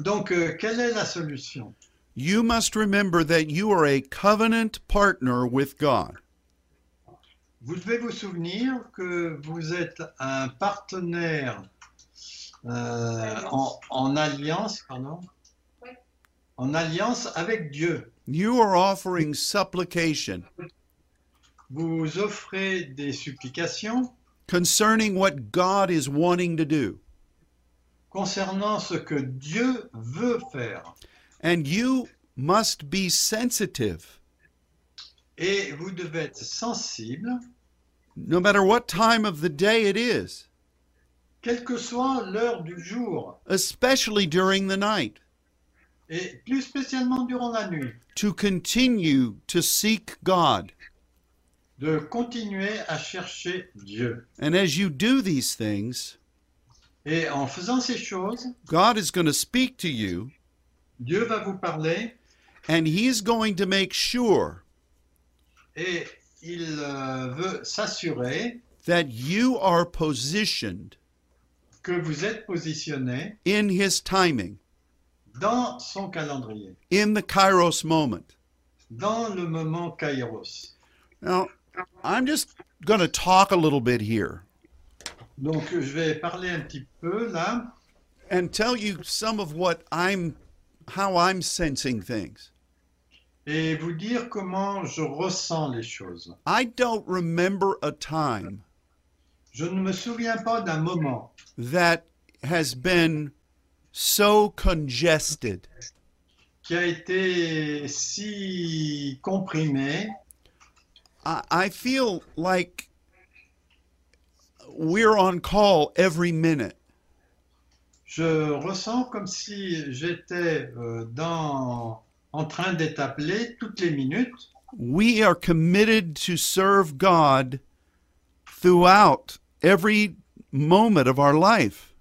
S2: Donc, euh, quelle est la solution
S1: You must remember that you are a covenant partner with God.
S2: Vous devez vous souvenir que vous êtes un partenaire euh, en, en alliance, pardon,
S3: Ouais.
S2: en alliance avec Dieu.
S1: You are offering supplication
S2: Vous offrez des supplications
S1: concerning what God is wanting to do.
S2: concernant ce que Dieu veut faire.
S1: And you must be sensitive,
S2: Et vous devez être sensible,
S1: no matter what time of the day it is,
S2: quelle que soit l'heure du jour,
S1: especially during the night,
S2: et plus spécialement durant la nuit.
S1: to continue to seek God.
S2: de continuer à chercher Dieu.
S1: And as you do these things,
S2: Et en faisant ces choses,
S1: God is going to speak to you,
S2: Dieu va vous parler
S1: and He's going to make sure
S2: et il euh, veut s'assurer
S1: that you are positioned
S2: que vous êtes positionné
S1: in His timing,
S2: dans son calendrier,
S1: in the Kairos moment.
S2: dans le moment Kairos.
S1: Now, I'm just going to talk a little bit here
S2: Donc, je vais parler un petit peu là
S1: and tell you some of what I'm how I'm sensing things.
S2: et vous dire comment je ressens les choses.
S1: I don't remember a time
S2: Je ne me souviens pas d'un moment
S1: that has been so congested
S2: qui a été si comprimé.
S1: I, I feel like we're on call every minute.
S2: Je ressens comme si j'étais euh, dans- en train d'être appelé toutes les minutes.
S1: We are committed to serve God throughout every moment of our life.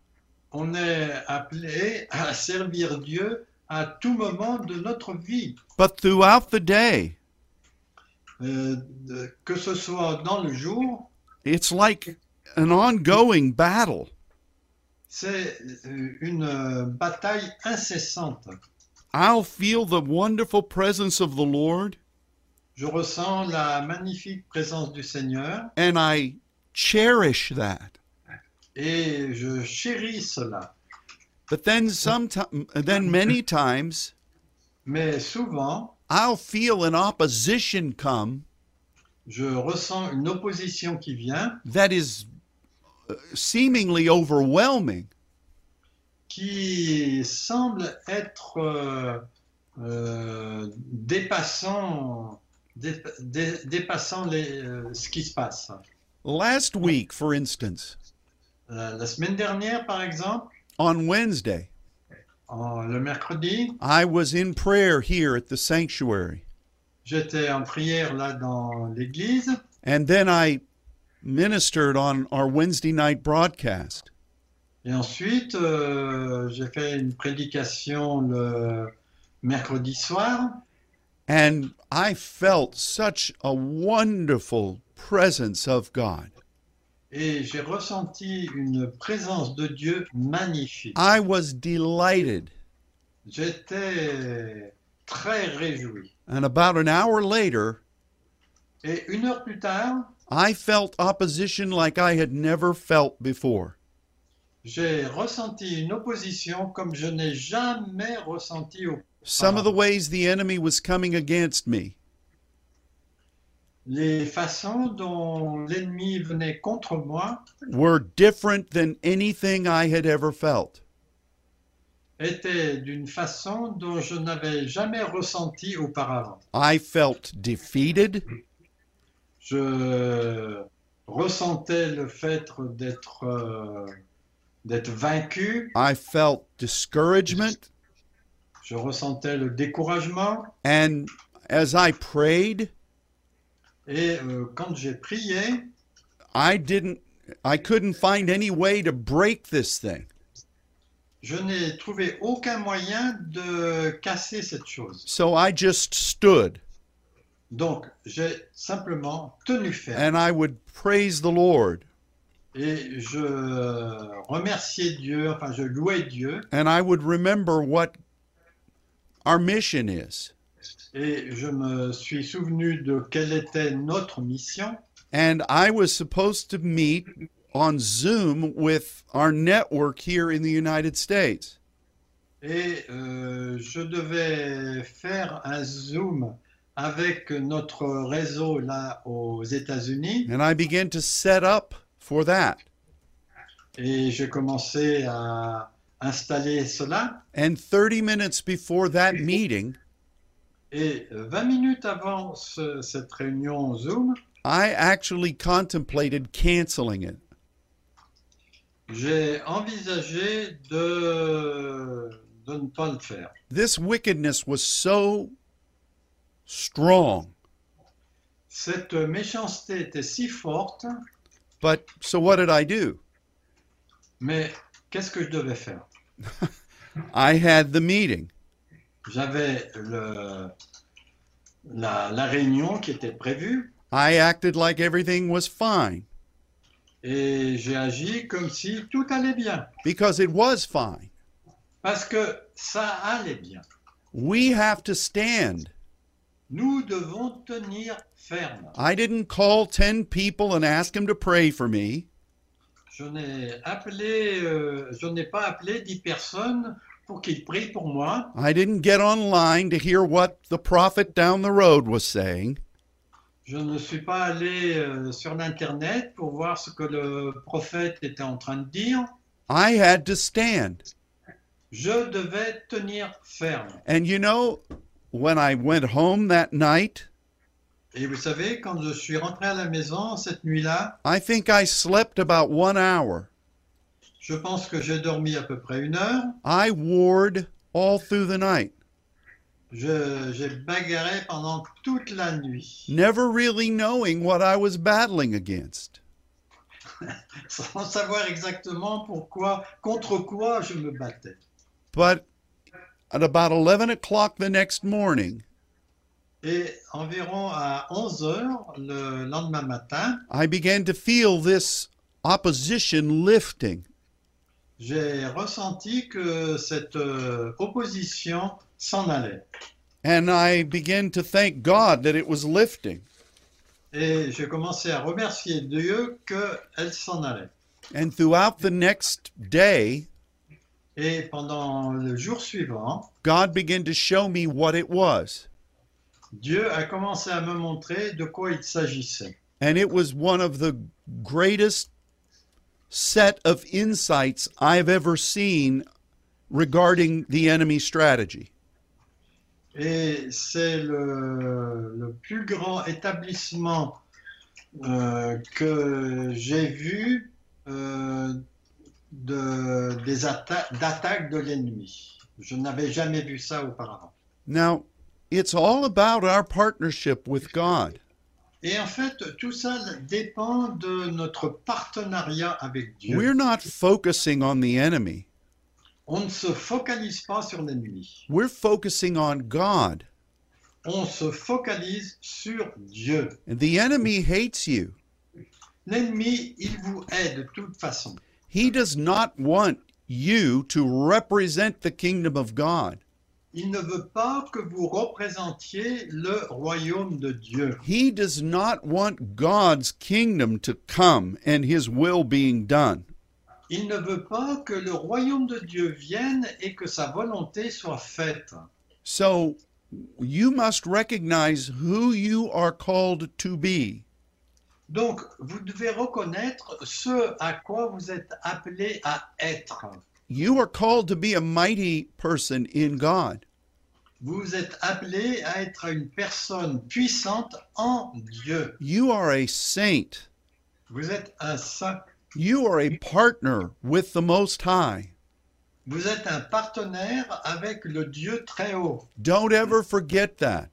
S2: On est appelé à servir Dieu à tout moment de notre vie,
S1: But throughout the day,
S2: Euh, de- que ce soit dans le jour.
S1: it's like an ongoing battle.
S2: C'est euh, une euh, bataille incessante.
S1: I'll feel the wonderful presence of the Lord
S2: Je ressens la magnifique présence du Seigneur
S1: and I cherish that.
S2: et je chéris cela.
S1: But then sometime then many times
S2: Mais souvent,
S1: I'll feel an opposition come
S2: je ressens une opposition qui vient
S1: that is uh, seemingly overwhelming.
S2: qui semble être euh, euh, dépassant, dé- dé- dépassant les, euh, ce qui se passe.
S1: Last week, for instance,
S2: Euh, la semaine dernière, par exemple,
S1: on Wednesday,
S2: en- le mercredi,
S1: I was in prayer here at the sanctuary,
S2: j'étais en prière là dans l'église
S1: and then I ministered on our Wednesday night broadcast.
S2: et ensuite euh, j'ai fait une prédication le mercredi soir
S1: And I felt such a wonderful presence of God.
S2: et j'ai ressenti une présence de Dieu magnifique.
S1: I was delighted.
S2: J'étais très réjoui.
S1: And about an hour later,
S2: Et une heure plus tard,
S1: I felt opposition like I had never felt before.
S2: j'ai ressenti une opposition comme je n'ai jamais ressenti. au-
S1: Some of the ways the enemy was coming against me
S2: Les façons dont l'ennemi venait contre moi
S1: were different than anything I had ever felt.
S2: étaient d'une façon dont je n'avais jamais ressenti auparavant.
S1: I felt defeated.
S2: Je ressentais le fait d'être euh, d'être vaincu,
S1: I felt discouragement.
S2: je ressentais le découragement
S1: And as I prayed,
S2: et euh, quand j'ai prié,
S1: I didn't, I couldn't find any way to break this thing.
S2: Je n'ai trouvé aucun moyen de casser cette chose.
S1: So I just stood
S2: Donc, j'ai simplement tenu ferme
S1: and I would praise the Lord
S2: et je euh, remerciais Dieu, enfin, je louais Dieu
S1: and I would remember what our mission is.
S2: et je me suis souvenu de quelle était notre mission.
S1: And I was supposed to meet on Zoom with our network here in the United States.
S2: Et euh, je devais faire un zoom avec notre réseau là aux États-Unis
S1: And I began to set up for that.
S2: et j'ai commencé à installer cela.
S1: And 30 minutes before that meeting,
S2: Et 20 minutes avant ce- cette réunion Zoom,
S1: I actually contemplated canceling it.
S2: j'ai envisagé de, de ne pas le faire.
S1: This wickedness was so strong.
S2: Cette méchanceté était si forte,
S1: But so what did I do?
S2: mais qu'est-ce que je devais faire?
S1: I had the meeting.
S2: J'avais le- la, la réunion qui était prévue
S1: I acted like everything was fine
S2: et j'ai agi comme si tout allait bien,
S1: because it was fine.
S2: parce que ça allait bien.
S1: We have to stand
S2: Nous devons tenir ferme.
S1: I didn't call 10 people and ask them to pray for me.
S2: Je n'ai appelé, euh, je n'ai pas appelé dix personnes pour qu'ils prient pour moi.
S1: I didn't get online to hear what the prophet down the road was saying.
S2: Je ne suis pas allé euh, sur l'internet pour voir ce que le prophète était en train de dire.
S1: I had to stand.
S2: Je devais tenir ferme.
S1: And you know, when I went home that night,
S2: Et vous savez, quand je suis rentré à la maison cette nuit-là,
S1: I think I slept about one hour.
S2: je pense que j'ai dormi à peu près une heure.
S1: I warred all through the night,
S2: Je- J'ai bagarré pendant toute la nuit,
S1: never really knowing what I was battling against.
S2: sans savoir exactement pourquoi, contre quoi je me battais.
S1: But at about 11 o'clock the next morning,
S2: Et environ à 11 heures le lendemain matin,
S1: I began to feel this opposition lifting.
S2: j'ai ressenti que cette euh, opposition s'en allait.
S1: And I began to thank God that it was lifting.
S2: Et j'ai commencé à remercier Dieu qu'elle s'en allait.
S1: And throughout the next day,
S2: Et pendant le jour suivant,
S1: God began to show me what it was.
S2: Dieu a commencé à me montrer de quoi il s'agissait.
S1: And it was one of the greatest set of insights I've ever seen regarding the enemy strategy.
S2: Et c'est le, le plus grand établissement euh, que j'ai vu euh, de- des atta- d'attaques de l'ennemi. Je n'avais jamais vu ça auparavant.
S1: Now, it's all about our partnership with God.
S2: Et en fait, tout ça dépend de notre partenariat avec Dieu.
S1: We're not focusing on the enemy,
S2: On ne se focalise pas sur l'ennemi.
S1: we're focusing on God.
S2: On se focalise sur Dieu.
S1: And the enemy hates you.
S2: L'ennemi, il vous aide de toute façon.
S1: He does not want you to represent the kingdom of God.
S2: Il ne veut pas que vous représentiez le royaume de Dieu.
S1: He does not want God's kingdom to come and his will being done.
S2: Il ne veut pas que le royaume de Dieu vienne et que sa volonté soit faite.
S1: So you must recognize who you are called to be.
S2: Donc, vous devez reconnaître ce à quoi vous êtes appelé à être.
S1: You are called to be a mighty person in God.
S2: Vous êtes appelé à être une personne puissante en Dieu.
S1: You are a saint.
S2: Vous êtes un saint.
S1: You are a partner with the Most High.
S2: Vous êtes un partenaire avec le Dieu très haut.
S1: Don't ever forget that.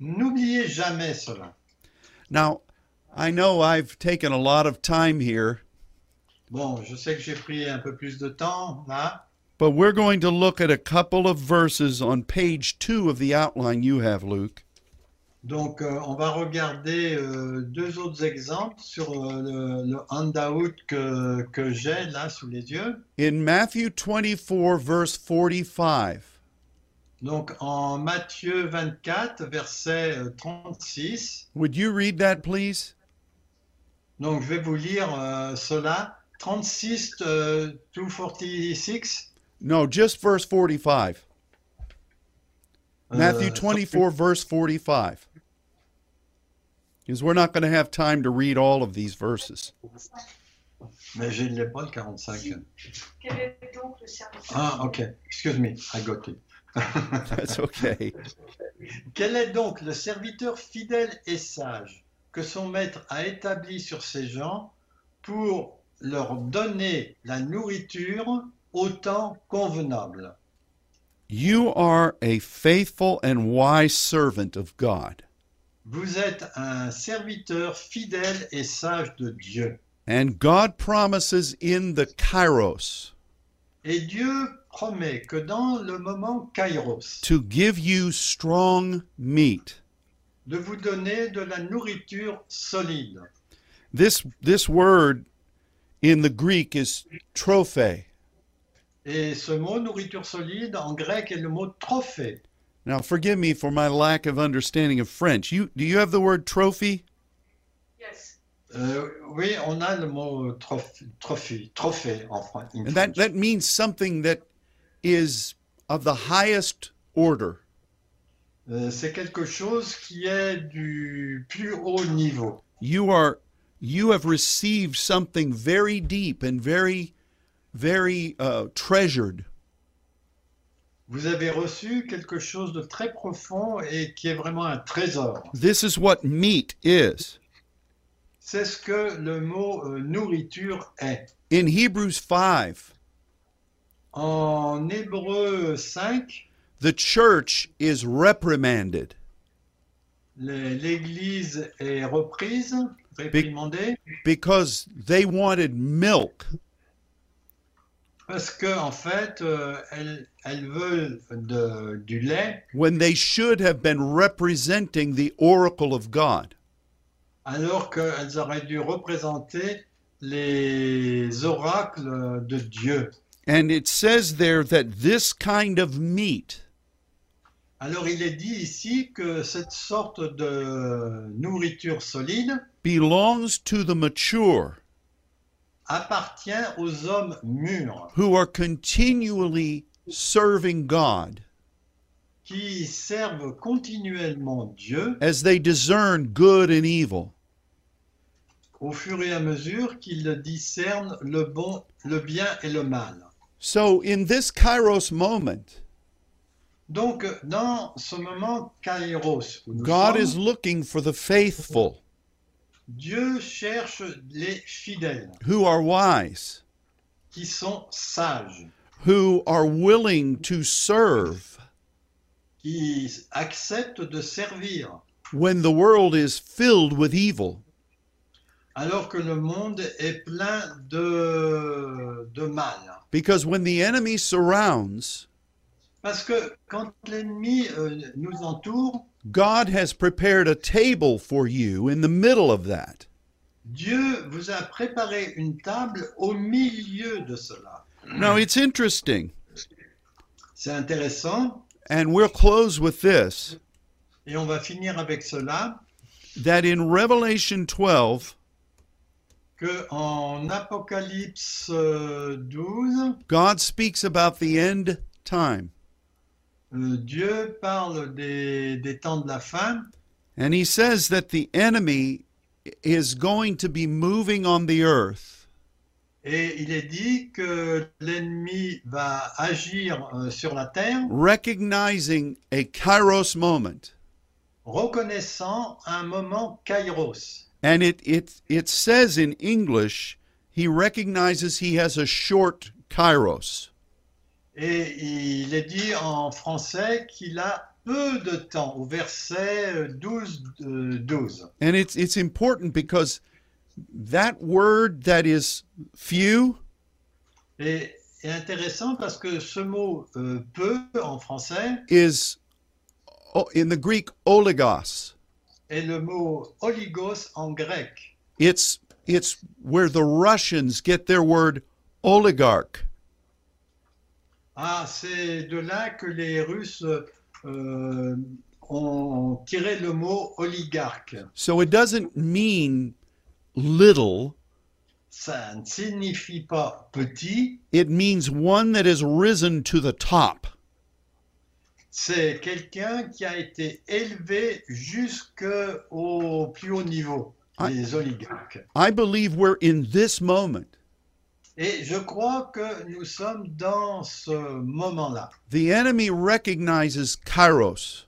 S2: N'oubliez jamais cela.
S1: Now, I know I've taken a lot of time here,
S2: Bon, je sais que j'ai pris un peu plus de temps là.
S1: but we're going to look at a couple of verses on page two of the outline you have, Luke.
S2: Donc, euh, on va regarder euh, deux autres exemples sur euh, le, le handout que, que j'ai là sous les yeux.
S1: In Matthew 24, verse 45,
S2: Donc, en Matthieu 24, verset euh, 36.
S1: would you read that, please?
S2: Donc, je vais vous lire euh, cela. 36 euh, to 46.
S1: No, just verse 45.
S2: euh,
S1: Matthew 24, verse 45. Because we're not going to have time to read all of these verses.
S2: Mais je ne l'ai pas le 45.
S3: Quel est donc le service
S2: Ah, ok. Excuse me. I got it.
S1: That's okay.
S2: Quel est donc le serviteur fidèle et sage que son maître a établi sur ses gens pour leur donner la nourriture au temps convenable
S1: You are a faithful and wise servant of God,
S2: Vous êtes un serviteur fidèle et sage de Dieu.
S1: and God promises in the kairos
S2: Et Dieu promet que dans le moment kairos,
S1: to give you strong meat.
S2: de vous donner de la nourriture solide.
S1: This this word in the Greek is trophe.
S2: Et ce mot nourriture solide en grec est le mot trophée.
S1: Now, forgive me for my lack of understanding of French. You do you have the word trophy?
S3: Yes.
S2: Euh, oui, on a le mot trophée, trophée, trophée en français.
S1: And that that means something that is of the highest order.
S2: Euh, c'est quelque chose qui est du plus haut niveau.
S1: You are you have received something very deep and very very uh, treasured.
S2: Vous avez reçu quelque chose de très profond et qui est vraiment un trésor.
S1: This is what meat is.
S2: C'est ce que le mot euh, nourriture est.
S1: In Hebrews 5,
S2: En hébreu 5,
S1: the church is reprimanded
S2: le- l'Église est reprise, réprimandée,
S1: because they wanted milk.
S2: parce que en fait, euh, elle, elle veut de- du lait,
S1: when they should have been representing the oracle of God.
S2: alors qu'elles auraient dû représenter les oracles de Dieu.
S1: And it says there that this kind of meat
S2: Alors il est dit ici que cette sorte de nourriture solide
S1: belongs to the mature
S2: appartient aux hommes mûrs
S1: who are continually serving God
S2: qui servent continuellement Dieu
S1: as they discern good and evil.
S2: au fur et à mesure qu'ils discernent le bon, le bien et le mal.
S1: So in this kairos moment,
S2: Donc dans ce moment kairos, où nous
S1: God
S2: sommes,
S1: is looking for the faithful
S2: Dieu cherche les fidèles
S1: who are wise,
S2: qui sont sages,
S1: who are willing to serve
S2: qui acceptent de servir
S1: when the world is filled with evil.
S2: alors que le monde est plein de, de mal.
S1: Because when the enemy surrounds,
S2: Parce que quand l'ennemi euh, nous entoure,
S1: God has prepared a table for you in the middle of that.
S2: Dieu vous a préparé une table au milieu de cela.
S1: Now, it's interesting,
S2: C'est intéressant
S1: and we'll close with this
S2: et on va finir avec cela
S1: that in Revelation 12,
S2: que en Apocalypse euh, 12,
S1: God speaks about the end time,
S2: euh, Dieu parle des, des temps de la fin
S1: and he says that the enemy is going to be moving on the earth
S2: et il est dit que l'ennemi va agir euh, sur la terre
S1: recognizing a kairos moment
S2: reconnaissant un moment kairos.
S1: and it, it it says in english he recognizes he has a short kairos
S2: Et il est dit en français qu'il a peu de temps, au verset 12. euh, 12.
S1: And it's it's important because that word that is few
S2: Et c'est intéressant parce que ce mot euh, peu en français
S1: is o- in the Greek oligos.
S2: est le mot oligos en grec.
S1: It's it's where the Russians get their word oligarch.
S2: Ah, c'est de là que les Russes euh, ont tiré le mot oligarque.
S1: So it doesn't mean little.
S2: Ça ne signifie pas petit,
S1: It means one that has risen to the top.
S2: C'est quelqu'un qui a été élevé jusqu'au plus haut niveau,
S1: Ah.
S2: les oligarques.
S1: I believe we're in this moment.
S2: Et je crois que nous sommes dans ce moment-là.
S1: The enemy recognizes kairos.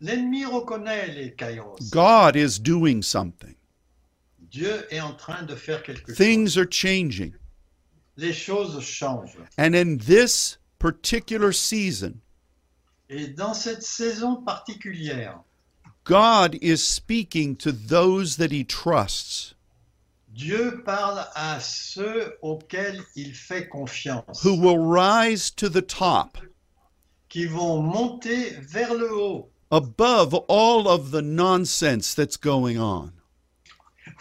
S2: L'ennemi reconnaît les kairos.
S1: God is doing something.
S2: Dieu est en train de faire quelque chose.
S1: Things are changing.
S2: Les choses changent.
S1: And in this particular season,
S2: Et dans cette saison particulière,
S1: God is speaking to those that he trusts,
S2: Dieu parle à ceux auxquels il fait confiance,
S1: who will rise to the top
S2: qui vont monter vers le haut,
S1: above all of the nonsense that's going on.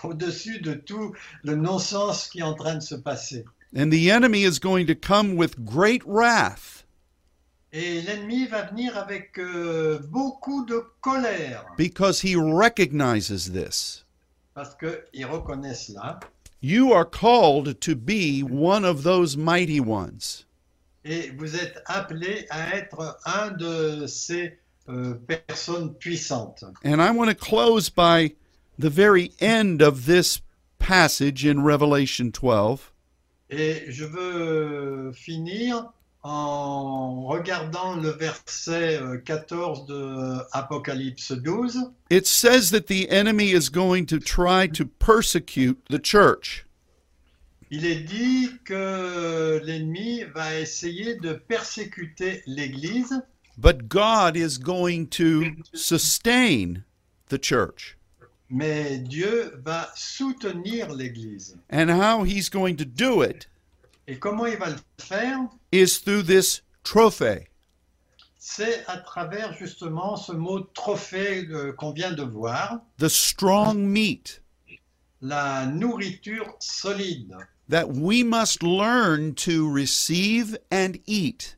S2: au-dessus de tout le non-sens qui est en train de se passer.
S1: And the enemy is going to come with great wrath
S2: Et l'ennemi va venir avec euh, beaucoup de colère
S1: because he recognizes this.
S2: parce qu'il reconnaît cela.
S1: You are called to be one of those mighty ones.
S2: Et vous êtes appelé à être un de ces euh, personnes puissantes.
S1: And I want to close by the very end of this passage in Revelation 12.
S2: Et je veux euh, finir en regardant le verset euh, 14 de Apocalypse 12.
S1: It says that the enemy is going to try to persecute the church.
S2: Il est dit que l'ennemi va essayer de persécuter l'Église,
S1: But God is going to sustain the church.
S2: mais Dieu va soutenir l'Église.
S1: And how he's going to do it
S2: Et comment il va le faire
S1: is through this trophy.
S2: C'est à travers justement ce mot trophée euh, qu'on vient de voir,
S1: the strong meat
S2: la nourriture solide
S1: that we must learn to receive and eat.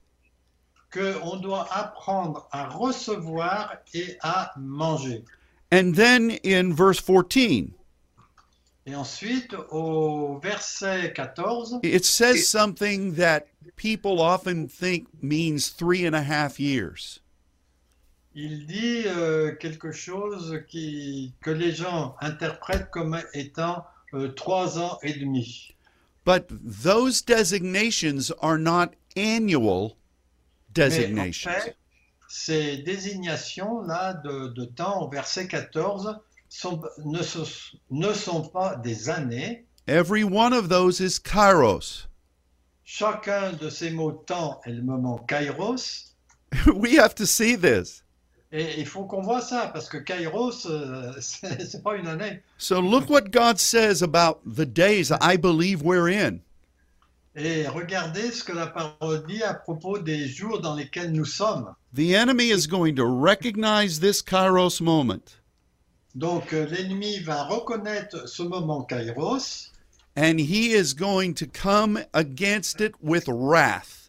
S2: que on doit apprendre à recevoir et à manger.
S1: And then in verse 14,
S2: Et ensuite, au verset 14,
S1: it says something that people often think means three and a half years.
S2: il dit euh, quelque chose qui, que les gens interprètent comme étant euh, trois ans et demi.
S1: But those designations are not annual
S2: Mais en
S1: designations.
S2: fait, ces désignations-là de, de temps au verset 14 sont- ne, se- ne sont pas des années.
S1: Every one of those is kairos.
S2: Chacun de ces mots temps est le moment kairos.
S1: we have to see this.
S2: Et il faut qu'on voit ça, parce que Kairos, euh, c'est c'est pas une année.
S1: So look what God says about the days I believe we're in.
S2: Et regardez ce que la parole dit à propos des jours dans lesquels nous sommes.
S1: The enemy is going to recognize this kairos moment
S2: Donc euh, l'ennemi va reconnaître ce moment Kairos
S1: and he is going to come against it with wrath.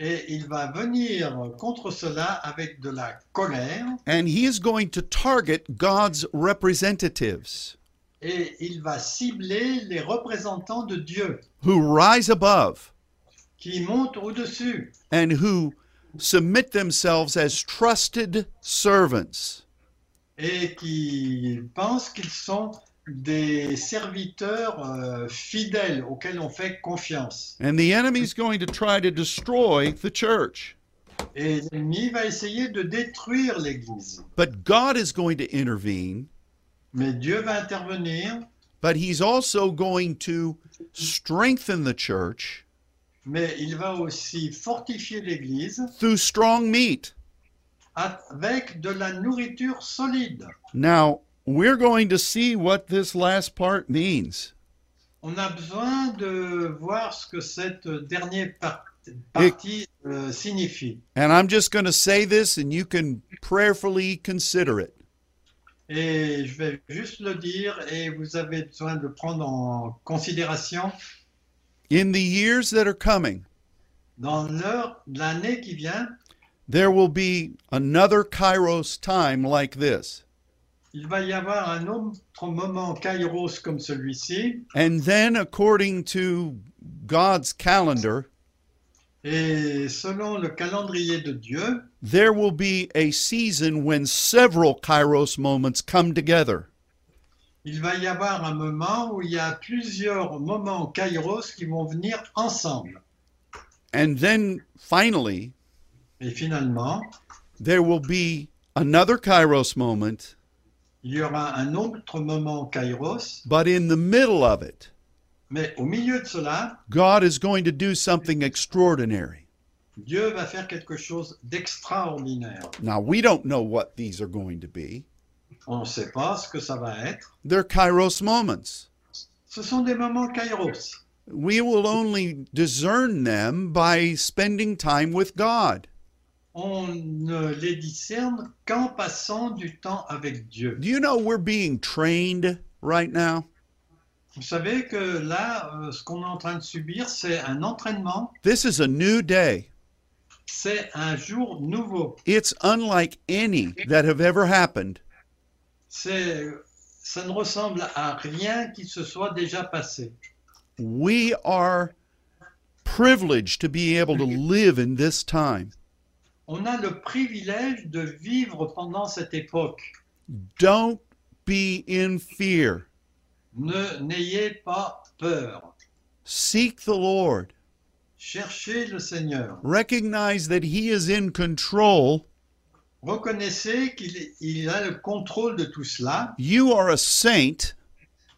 S2: et il va venir contre cela avec de la colère
S1: And he is going to target God's representatives
S2: et il va cibler les représentants de Dieu
S1: who rise above
S2: qui montent au-dessus
S1: and who submit themselves as trusted servants.
S2: et qui pensent qu'ils sont des serviteurs euh, fidèles auxquels on fait confiance.
S1: And the enemy is going to try to destroy the church.
S2: Et l'ennemi va essayer de détruire l'Église.
S1: But God is going to intervene,
S2: Mais Dieu va intervenir,
S1: but he's also going to strengthen the church
S2: mais il va aussi fortifier l'Église
S1: through strong meat.
S2: avec de la nourriture solide.
S1: Now, we're going to see what this last part means.
S2: On a besoin de voir ce que cette dernière par- partie euh, signifie.
S1: And I'm just going to say this, and you can prayerfully consider it.
S2: Et je vais juste le dire, et vous avez besoin de prendre en considération
S1: In the years that are coming,
S2: dans l'heure de l'année qui vient,
S1: there will be another Kairos time like this.
S2: il va y avoir un autre moment kairos comme celui-ci,
S1: And then, according to God's calendar,
S2: Et selon le calendrier de Dieu,
S1: there will be a season when several Kairos moments come together.
S2: il va y avoir un moment où il y a plusieurs moments kairos qui vont venir ensemble.
S1: And then, finally,
S2: Et finalement,
S1: there will be another Kairos moment,
S2: il y aura un autre moment kairos,
S1: but in the middle of it,
S2: mais au milieu de cela,
S1: God is going to do something extraordinary.
S2: Dieu va faire quelque chose d'extraordinaire.
S1: Now, we don't know what these are going to be.
S2: On ne sait pas ce que ça va être.
S1: They're kairos moments.
S2: Ce sont des moments kairos.
S1: We will only discern them by spending time with God.
S2: On ne les discerne qu'en passant du temps avec Dieu.
S1: Do you know we're being trained right now?
S2: Vous savez que là, euh, ce qu'on est en train de subir, c'est un entraînement
S1: This is a new day.
S2: C'est un jour nouveau.
S1: It's unlike any that have ever happened.
S2: C'est, ça ne ressemble à rien qui se soit déjà passé.
S1: We are privileged to be able to live in this time.
S2: On a le privilège de vivre pendant cette époque.
S1: Don't be in fear.
S2: Ne n'ayez pas peur.
S1: Seek the Lord.
S2: Cherchez le Seigneur.
S1: Recognize that He is in control.
S2: Reconnaissez qu'il il a le contrôle de tout cela.
S1: You are a saint.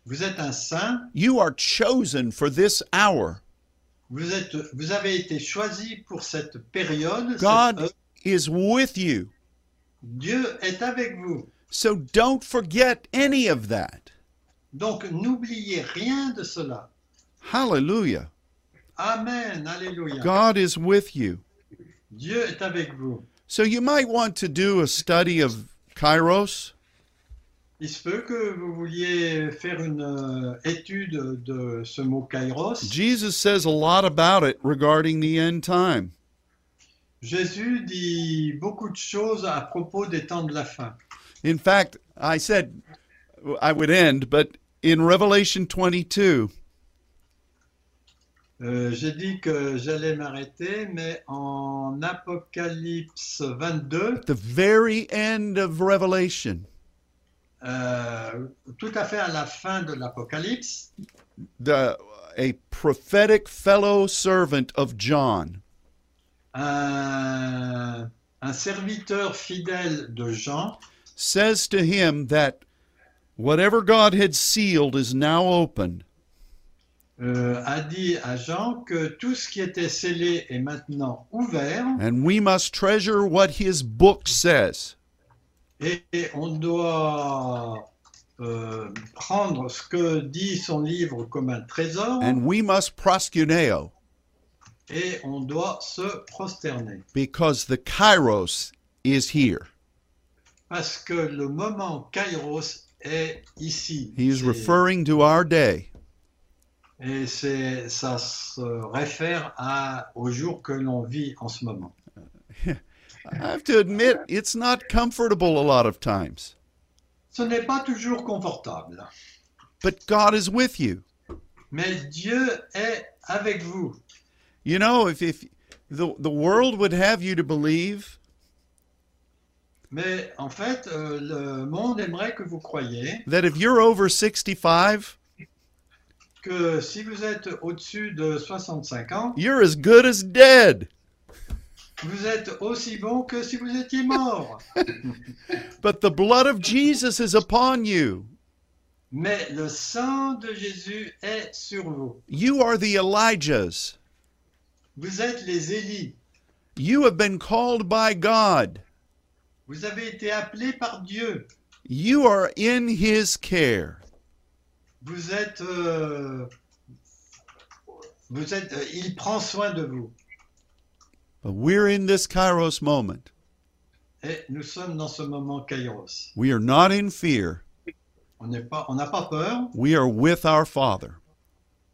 S2: Vous êtes un saint.
S1: You are chosen for this hour.
S2: Vous, êtes, vous avez été choisi pour cette période. cette
S1: God
S2: heure.
S1: is with you.
S2: Dieu est avec vous.
S1: So don't forget any of that.
S2: Donc n'oubliez rien de cela.
S1: Hallelujah.
S2: Amen. Alléluia.
S1: God is with you.
S2: Dieu est avec vous.
S1: So you might want to do a study of Kairos.
S2: Il se peut que vous vouliez faire une euh, étude de ce mot kairos.
S1: Jesus says a lot about it regarding the end time.
S2: Jésus dit beaucoup de choses à propos des temps de la fin.
S1: In fact, I said I would end, but in Revelation 22,
S2: Euh, J'ai dit que j'allais m'arrêter, mais en Apocalypse 22,
S1: the very end of Revelation,
S2: euh, tout à fait à la fin de l'Apocalypse,
S1: the a prophetic fellow servant of John
S2: un, un serviteur fidèle de Jean
S1: says to him that whatever God had sealed is now opened.
S2: euh, a dit à Jean que tout ce qui était scellé est maintenant ouvert
S1: And we must treasure what his book says.
S2: et, et on doit euh, prendre ce que dit son livre comme un trésor
S1: And we must proskuneo
S2: et on doit se prosterner.
S1: because the kairos is here.
S2: Parce que le moment Kairos est ici.
S1: He is
S2: Et-
S1: referring to our day.
S2: Et c'est, ça se réfère à, au jour que l'on vit en ce moment.
S1: I have to admit, it's not comfortable a lot of times,
S2: Ce n'est pas toujours confortable,
S1: but God is with you.
S2: mais Dieu est avec vous.
S1: You know, if, if the, the world would have you to believe
S2: Mais en fait, euh, le monde aimerait que vous croyiez
S1: that if you're over 65,
S2: que si vous êtes au-dessus de 65 ans,
S1: you're as good as dead.
S2: vous êtes aussi bon que si vous étiez mort.
S1: But the blood of Jesus is upon you.
S2: Mais le sang de Jésus est sur vous.
S1: You are the Elijahs.
S2: Vous êtes les Élis.
S1: You have been called by God.
S2: Vous avez été appelés par Dieu.
S1: You are in his care.
S2: Vous êtes, euh, vous êtes, euh, il prend soin de vous.
S1: But we're in this Kairos moment.
S2: Et nous sommes dans ce moment kairos.
S1: We are not in fear.
S2: On n'est pas, on n'a pas peur.
S1: We are with our Father.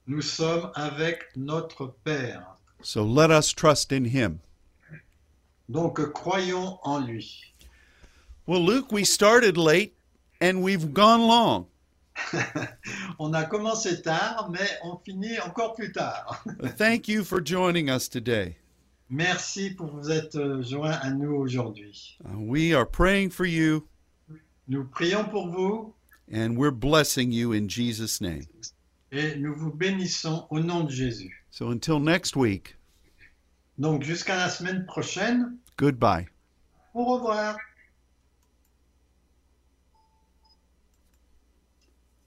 S2: Nous sommes avec notre Père.
S1: So let us trust in him.
S2: Donc euh, croyons en lui.
S1: Well, Luke, we started late and we've gone long.
S2: On a commencé tard, mais on finit encore plus tard.
S1: Thank you for joining us today.
S2: Merci pour vous être euh, joints à nous aujourd'hui.
S1: Uh, We are praying for you
S2: Nous prions pour vous
S1: and we're blessing you in Jesus' name.
S2: et nous vous bénissons au nom de Jésus.
S1: So until next week,
S2: Donc jusqu'à la semaine prochaine.
S1: goodbye.
S2: Au revoir.